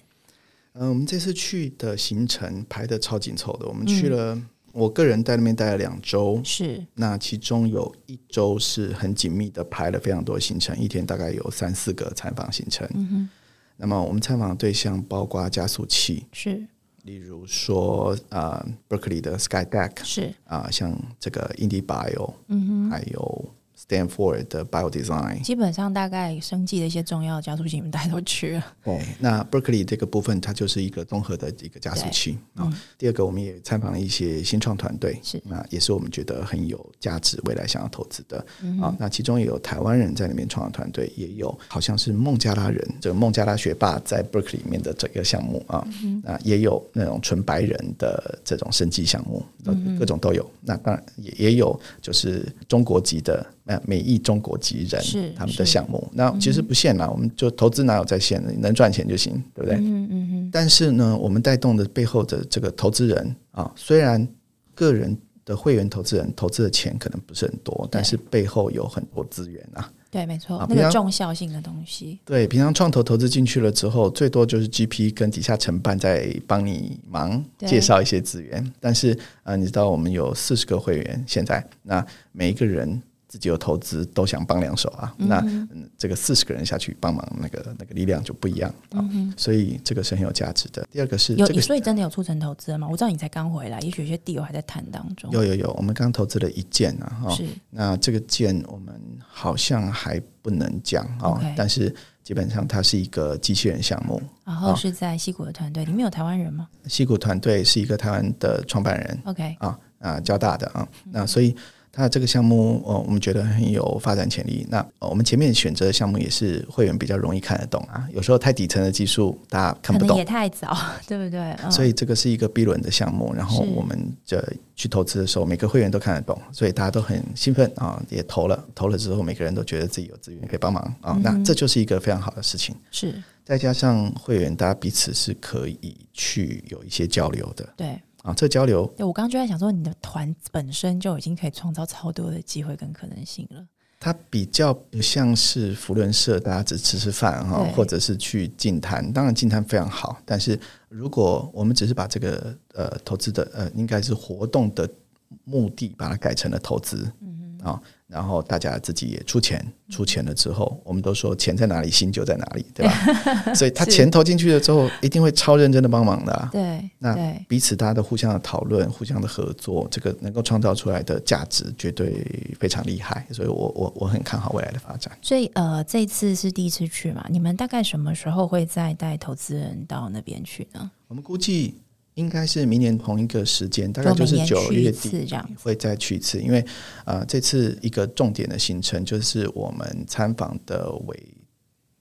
C: 嗯，我们这次去的行程排的超紧凑的，我们去
B: 嗯
C: 了，我个人在那边待了两周，
B: 是
C: 那其中有一周是很紧密的排了非常多行程，一天大概有三四个参访行程。嗯
B: 哼
C: 那么我们参访的对象包括加速器，
B: 是
C: 例如说啊、呃、，Berkeley 的 SkyDeck
B: 是，
C: 啊、像这个 Indie Bio，
B: 嗯
C: 还有 Stanford 的 Bio Design。
B: 基本上大概生计的一些重要的加速器，你们大家都去了，
C: 对，哦那 Berkeley 这个部分它就是一个综合的一个加速器啊、第二个，我们也参访了一些新创团队，
B: 嗯是
C: 那也是我们觉得很有价值，未来想要投资的。
B: 嗯
C: 啊，那其中也有台湾人在里面创的团队，也有好像是孟加拉人，这个孟加拉学霸在 Berkeley 里面的这个项目
B: 嗯
C: 啊，那也有那种纯白人的这种生计项目，
B: 嗯
C: 呃各种都有。那当然也也有就是中国籍的呃美裔中国籍
B: 是
C: 人他们的
B: 是
C: 项目，那其实不限啦，我们就投资哪有在限的，你能赚钱就行，对不对？
B: 嗯嗯哼，
C: 但是呢，我们带动的背后的这个投资人啊，虽然个人的会员投资人投资的钱可能不是很多，但是背后有很多资源啊。
B: 对，没错
C: 啊，
B: 那
C: 平
B: 个
C: 常
B: 重效性的东西，
C: 对，平常创投投资进去了之后，最多就是 GP 跟底下承办在帮你忙
B: 对
C: 介绍一些资源。但是啊、呃你知道我们有四十个会员，现在那每一个人自己有投资，都想帮两手啊。那、嗯、这个四十个人下去帮忙，那个那个力量就不一样啊。所以这个是很有价值的。第二个是
B: 有
C: 这个
B: 所以真的有促成投资了吗？我知道你才刚回来，也许有些地友还在谈当中，
C: 有有有，我们刚投资了一件啊，哈、
B: 是
C: 那这个件我们好像还不能讲哦
B: OK
C: 但是基本上它是一个机器人项目。
B: 然后
C: 啊
B: 是在西谷的团队里面有台湾人吗
C: 西谷团队是一个台湾的创办人
B: ？OK，
C: 啊啊，交大的啊，那所以它这个项目哦，我们觉得很有发展潜力。那、呃我们前面选择的项目也是会员比较容易看得懂啊，有时候太底层的技术大家看
B: 可
C: 不
B: 能也
C: 懂。
B: 太早， 对不对？嗯
C: 所以这个是一个 B 轮的项目，然后
B: 是
C: 我们这去投资的时候，每个会员都看得懂，所以大家都很兴奋啊，也投了，投了之后，每个人都觉得自己有资源可以帮忙啊，
B: 嗯
C: 那这就是一个非常好的事情。
B: 是
C: 再加上会员，大家彼此是可以去有一些交流的
B: 对。
C: 啊，这交流
B: 对我刚刚就在想说，你的团本身就已经可以创造超多的机会跟可能性了。
C: 它比较不像是福伦社，大家只吃吃饭哈
B: 对，
C: 或者是去净滩。当然，净滩非常好，但是如果我们只是把这个呃投资的呃，应该是活动的目的把它改成了投资，嗯啊、然后大家自己也出钱，出钱了之后，我们都说钱在哪里，心就在哪里，对吧？所以他
D: 是
C: 钱投进去了之后，一定会超认真的帮忙的、啊。
D: 对
C: 那
D: 对
C: 彼此大家的互相的讨论、互相的合作，这个能够创造出来的价值绝对非常厉害，所以我我我很看好未来的发展。
B: 所以呃，这一次是第一次去嘛？你们大概什么时候会再带投资人到那边去呢？
C: 我们估计应该是明年同一个时间，大概
B: 就
C: 就
B: 每
C: 是
B: 年
C: 九
B: 去
C: 月
B: 一
C: 底
B: 次这样子。
C: 会再去一次，因为呃，这次一个重点的行程就是我们参访的尾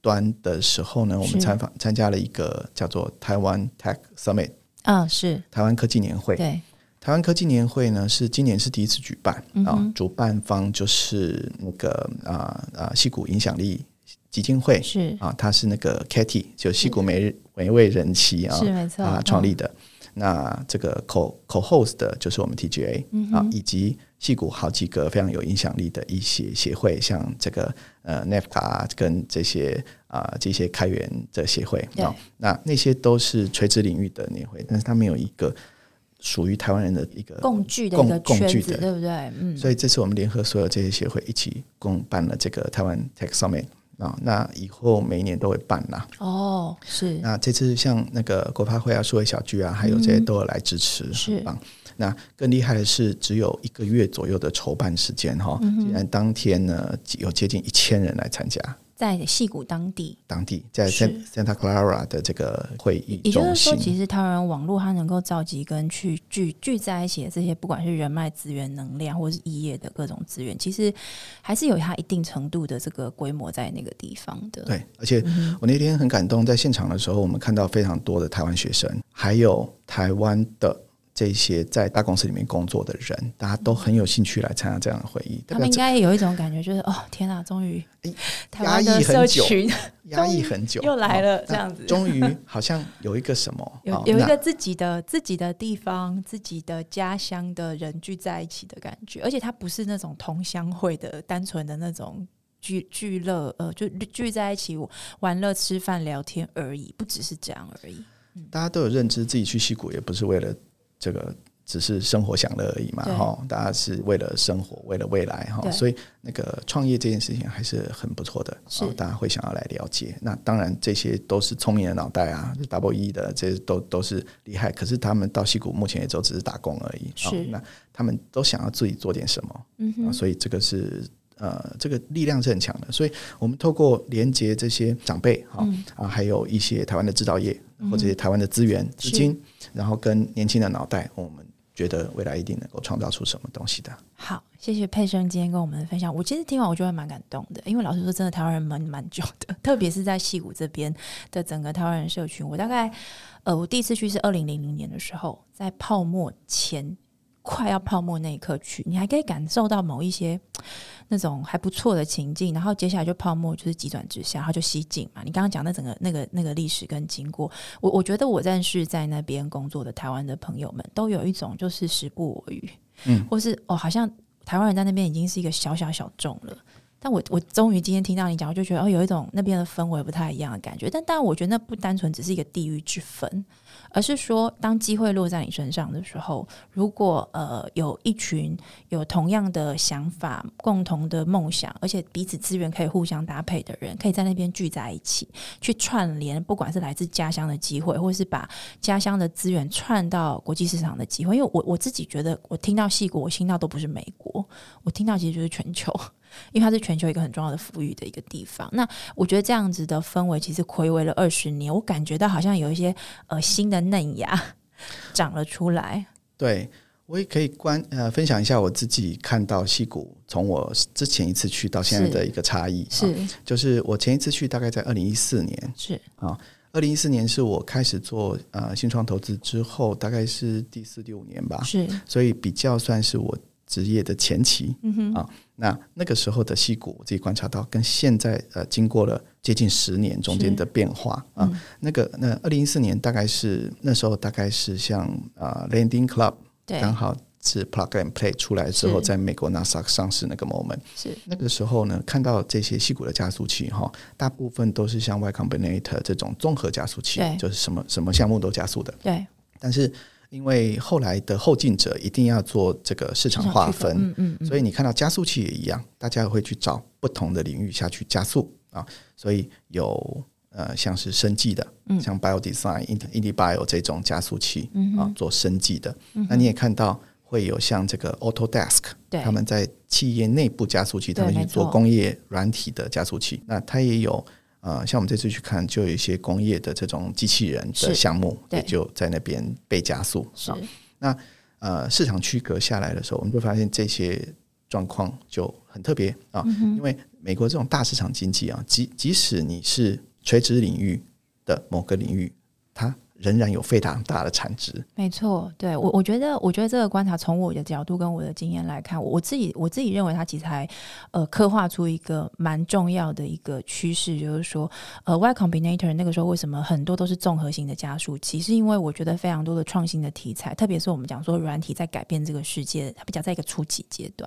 C: 端的时候呢，我们
B: 是
C: 参访参加了一个叫做台湾 Tech Summit
B: 嗯，是
C: 台湾科技年会。
B: 对，
C: 台湾科技年会呢是今年是第一次举办
B: 嗯
C: 啊、
B: 哼
C: 主办方就是那个啊啊戏骨影响力基金会
B: 是
C: 啊，它是那个 Katy 就戏
B: 嗯
C: 骨每日每位人妻啊
B: 是没错
C: 啊
B: 嗯
C: 创立的。那这个 co co host 的就是我们 TGA、啊，
B: 嗯
C: 以及戏骨好几个非常有影响力的一些协会，像这个呃 NEFCA 跟这些啊、这些开源的协会
B: 对
C: 啊，那那些都是垂直领域的年会，但是他们有一个属于台湾人的一个
B: 共聚的
C: 共
B: 一个
C: 共
B: 圈
C: 聚
B: 子，
C: 的
B: 对不对？嗯，
C: 所以这次我们联合所有这些协会一起共办了这个台湾 Tech Summit 啊，那以后每一年都会办啦。
B: 哦，是
C: 那这次像那个国发会啊、数位小聚啊，还有这些都有来支持，
B: 嗯是
C: 很棒。那更厉害的是，只有一个月左右的筹办时间哈，
B: 嗯
C: 竟然当天呢有接近一千人来参加。
B: 在戏谷当地，
C: 当地在
B: 是
C: San- Santa Clara 的这个会议
B: 也就
C: 中
B: 是说，
C: 心，
B: 其实台湾网络它能够召集跟去聚聚在一起的这些，不管是人脉资源、能量，或是异业的各种资源，其实还是有它一定程度的这个规模在那个地方的。，
C: 对，而
B: 嗯
C: 且我那天很感动，在现场的时候，我们看到非常多的台湾学生，还有台湾的这些在大公司里面工作的人，大家都很有兴趣来参加这样的会议，代
B: 他
C: 表
B: 们应
C: 这
B: 该也有一种感觉，就是哦，天哪、终于
C: 哎
B: 台湾的
C: 压抑很
B: 社
C: 久
B: 群
C: 压抑很久
B: 又来
C: 哦
B: 了，这
C: 那
B: 样子。
C: 终于好像有一个什么，
B: 有
C: 哦
B: 有一
C: 那
B: 个自己的自己的地方、自己的家乡的人聚在一起的感觉，而且它不是那种同乡会的单纯的那种聚聚乐，呃，就聚在一起玩乐、吃饭、聊天而已，不只是这样而已。
C: 大家都有认知，自己去溪谷也不是为了这个，只是生活享乐而已嘛，
B: 对
C: 哈，大家是为了生活，为了未来哈，
B: 对
C: 所以那个创业这件事情还是很不错的，
B: 是
C: 哦大家会想要来了解。那当然，这些都是聪明的脑袋啊就，double E 的，这些都都是厉害。可是他们到溪谷目前也都只是打工而已，
B: 是
C: 那他们都想要自己做点什么，
B: 嗯
C: 啊，
B: 哼，
C: 所以这个是呃，这个力量是很强的。所以我们透过连接这些长辈哈、
B: 嗯
C: 啊，还有一些台湾的制造业或者一些台湾的资源、资金，然后跟年轻的脑袋，我们觉得未来一定能够创造出什么东西的。
B: 好，谢谢佩生今天跟我们的分享。我其实听完我就会蛮感动的，因为老实说，真的台湾人蛮蛮久的，特别是在戏谷这边的整个台湾人社群。我大概呃，我第一次去是二零零零年的时候，在泡沫前快要泡沫那一刻去，你还可以感受到某一些那种还不错的情境，然后接下来就泡沫就是急转直下，它就西进嘛。你刚刚讲的整个那个那个历史跟经过，我我觉得我认识在那边工作的台湾的朋友们，都有一种就是时不我与，
C: 嗯，
B: 或是哦，好像台湾人在那边已经是一个小小小众了。但我我终于今天听到你讲，我就觉得哦，有一种那边的氛围不太一样的感觉。但当然，我觉得那不单纯只是一个地域之分，而是说，当机会落在你身上的时候，如果呃有一群有同样的想法、共同的梦想，而且彼此资源可以互相搭配的人，可以在那边聚在一起，去串联，不管是来自家乡的机会，或是把家乡的资源串到国际市场的机会。因为我我自己觉得，我听到戏国，我听到都不是美国，我听到其实就是全球。因为它是全球一个很重要的富裕的一个地方，那我觉得这样子的氛围其实暌违了二十年，我感觉到好像有一些呃新的嫩芽长了出来。
C: 对我也可以关呃分享一下我自己看到戏谷从我之前一次去到现在
B: 是
C: 的一个差异，啊
B: 是
C: 就是我前一次去大概在二零一四年，
B: 哦是，
C: 二零一四年是我开始做呃新创投资之后，大概是第四第五年吧，
B: 是
C: 所以比较算是我职业的前期。嗯哼，啊，那那个时候的戏骨，我自己观察到，跟现在呃，经过了接近十年中间的变化
B: 嗯
C: 啊、那个那二零一四年大概是那时候大概是像呃 Landing Club
B: 对，
C: 刚好是 Plug and Play 出来之后，
B: 是
C: 在美国 NASA 上市那个 moment，
B: 是
C: 那个时候呢，看到这些细股的加速器哈，大部分都是像 Y Combinator 这种综合加速器
B: 对，
C: 就是什么什么项目都加速的。
B: 对，
C: 但是因为后来的后进者一定要做这个市场划分，
B: 嗯嗯嗯，
C: 所以你看到加速器也一样，大家会去找不同的领域下去加速啊。所以有呃像是生技的，
B: 嗯
C: 像 Bio Design、Indie Bio 这种加速器、啊，做生技的。那你也看到会有像这个 Autodesk，
B: 对
C: 他们在企业内部加速器，
B: 对
C: 他们去做
B: 没错
C: 工业软体的加速器。那它也有呃，像我们这次去看，就有一些工业的这种机器人
B: 是
C: 的项目，
B: 对
C: 也就在那边被加速。
B: 是
C: 啊呃市场区隔下来的时候，我们就发现这些状况就很特别啊，
B: 嗯
C: 因为美国这种大市场经济啊，即即使你是垂直领域的某个领域，它仍然有非常大的产值。
B: 没错，对我我觉得，我觉得这个观察从我的角度跟我的经验来看，我我自己我自己认为它其实还呃刻画出一个蛮重要的一个趋势，就是说呃 Y Combinator 那个时候为什么很多都是综合型的加速器，是因为我觉得非常多的创新的题材，特别是我们讲说软体在改变这个世界，它比较在一个初级阶段。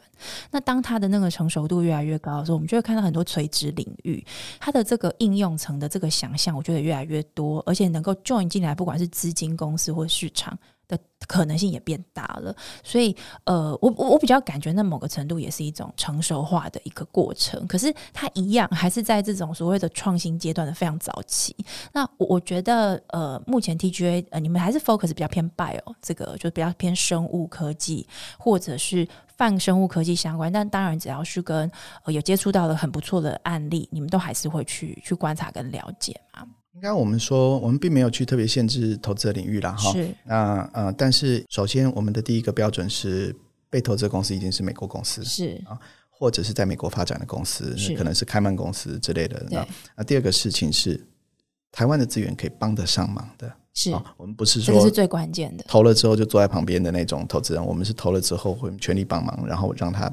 B: 那当它的那个成熟度越来越高的时候，我们就会看到很多垂直领域，它的这个应用层的这个想象，我觉得越来越多，而且能够 join 进来，不管是资金公司或市场的可能性也变大了。所以，呃，我我我比较感觉，那某个程度也是一种成熟化的一个过程。可是，它一样还是在这种所谓的创新阶段的非常早期。那我我觉得，呃，目前 TGA 呃，你们还是 focus 比较偏 bio 这个，就比较偏生物科技或者是泛生物科技相关。但当然，只要是跟呃有接触到了很不错的案例，你们都还是会去去观察跟了解嘛？
C: 应该我们说，我们并没有去特别限制投资的领域啦，哈。
B: 是
C: 那呃，但是首先我们的第一个标准是，被投资的公司一定是美国公司，
B: 是，
C: 或者是在美国发展的公司，
B: 是
C: 那可能是开曼公司之类的。那
B: 对，
C: 那第二个事情是，台湾的资源可以帮得上忙的。
B: 是，
C: 啊、我们不是
B: 这个
C: 说
B: 是最关键的。
C: 投了之后就坐在旁边的那种投资人，我们是投了之后会全力帮忙，然后让他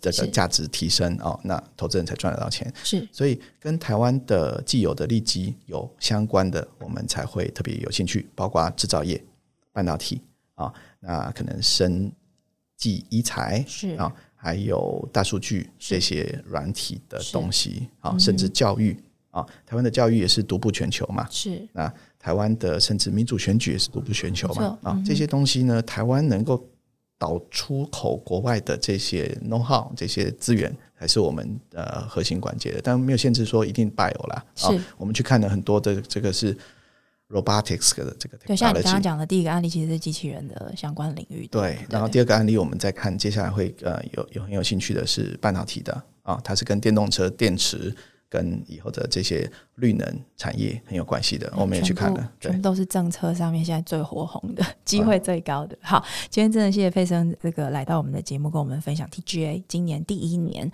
C: 这个
B: 是
C: 价值提升哦，那投资人才赚得到钱。
B: 是
C: 所以跟台湾的既有的利基有相关的，我们才会特别有兴趣，包括制造业、半导体啊、那可能生技、医材
B: 是
C: 啊、还有大数据这些软体的
B: 是嗯
C: 东西啊、甚至教育啊、台湾的教育也是独步全球嘛，
B: 是
C: 那台湾的甚至民主选举也是独步全球
B: 没错嗯
C: 嘛，啊，这些东西呢，台湾能够导出口国外的这些 know how 这些资源，才是我们呃核心关键的。但没有限制说一定 bio 啦，啊
B: 是，
C: 我们去看了很多的这个是 robotics 的这个
B: 对，像你刚刚
C: technology。
B: 讲的第一个案例，其实是机器人的相关领域的。
C: 对，然后第二个案例，我们再看接下来会呃有有很有兴趣的是半导体的啊，它是跟电动车电池跟以后的这些绿能产业很有关系的，我们也去看了。
B: 全部
C: 对嗯
B: 全，部都是政策上面现在最火红的，机会最高的。好，今天真的谢谢费生这个来到我们的节目，跟我们分享 TGA 今年第一年，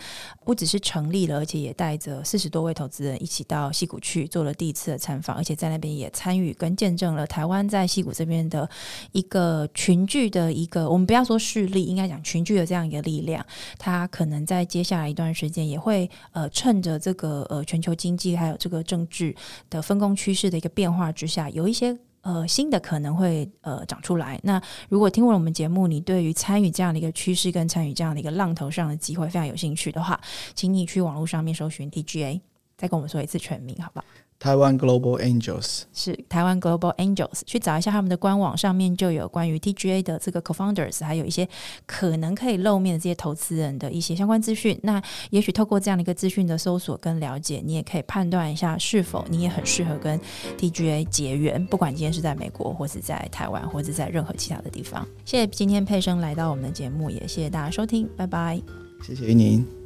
B: 不只是成立了，而且也带着四十多位投资人一起到溪谷去做了第一次的参访，而且在那边也参与跟见证了台湾在溪谷这边的一个群聚的一个，我们不要说势力，应该讲群聚的这样一个力量。它可能在接下来一段时间也会呃，趁着这个呃全球经济还有这个政治的分工趋势的一个变化之下，有一些。呃，新的可能会呃长出来。那如果听完我们节目，你对于参与这样的一个趋势跟参与这样的一个浪头上的机会非常有兴趣的话，请你去网络上面搜寻 TGA，再跟我们说一次全名，好不好？
C: 台湾 Global Angels
B: 是台湾 Global Angels，去找一下他们的官网，上面就有关于 TGA 的这个 co-founders，还有一些可能可以露面的这些投资人的一些相关资讯。那也许透过这样的一个资讯的搜索跟了解，你也可以判断一下是否你也很适合跟 TGA 结缘，不管今天是在美国，或是在台湾，或是在任何其他的地方。谢谢今天佩生来到我们的节目，也谢谢大家收听，拜拜。
C: 谢谢于您。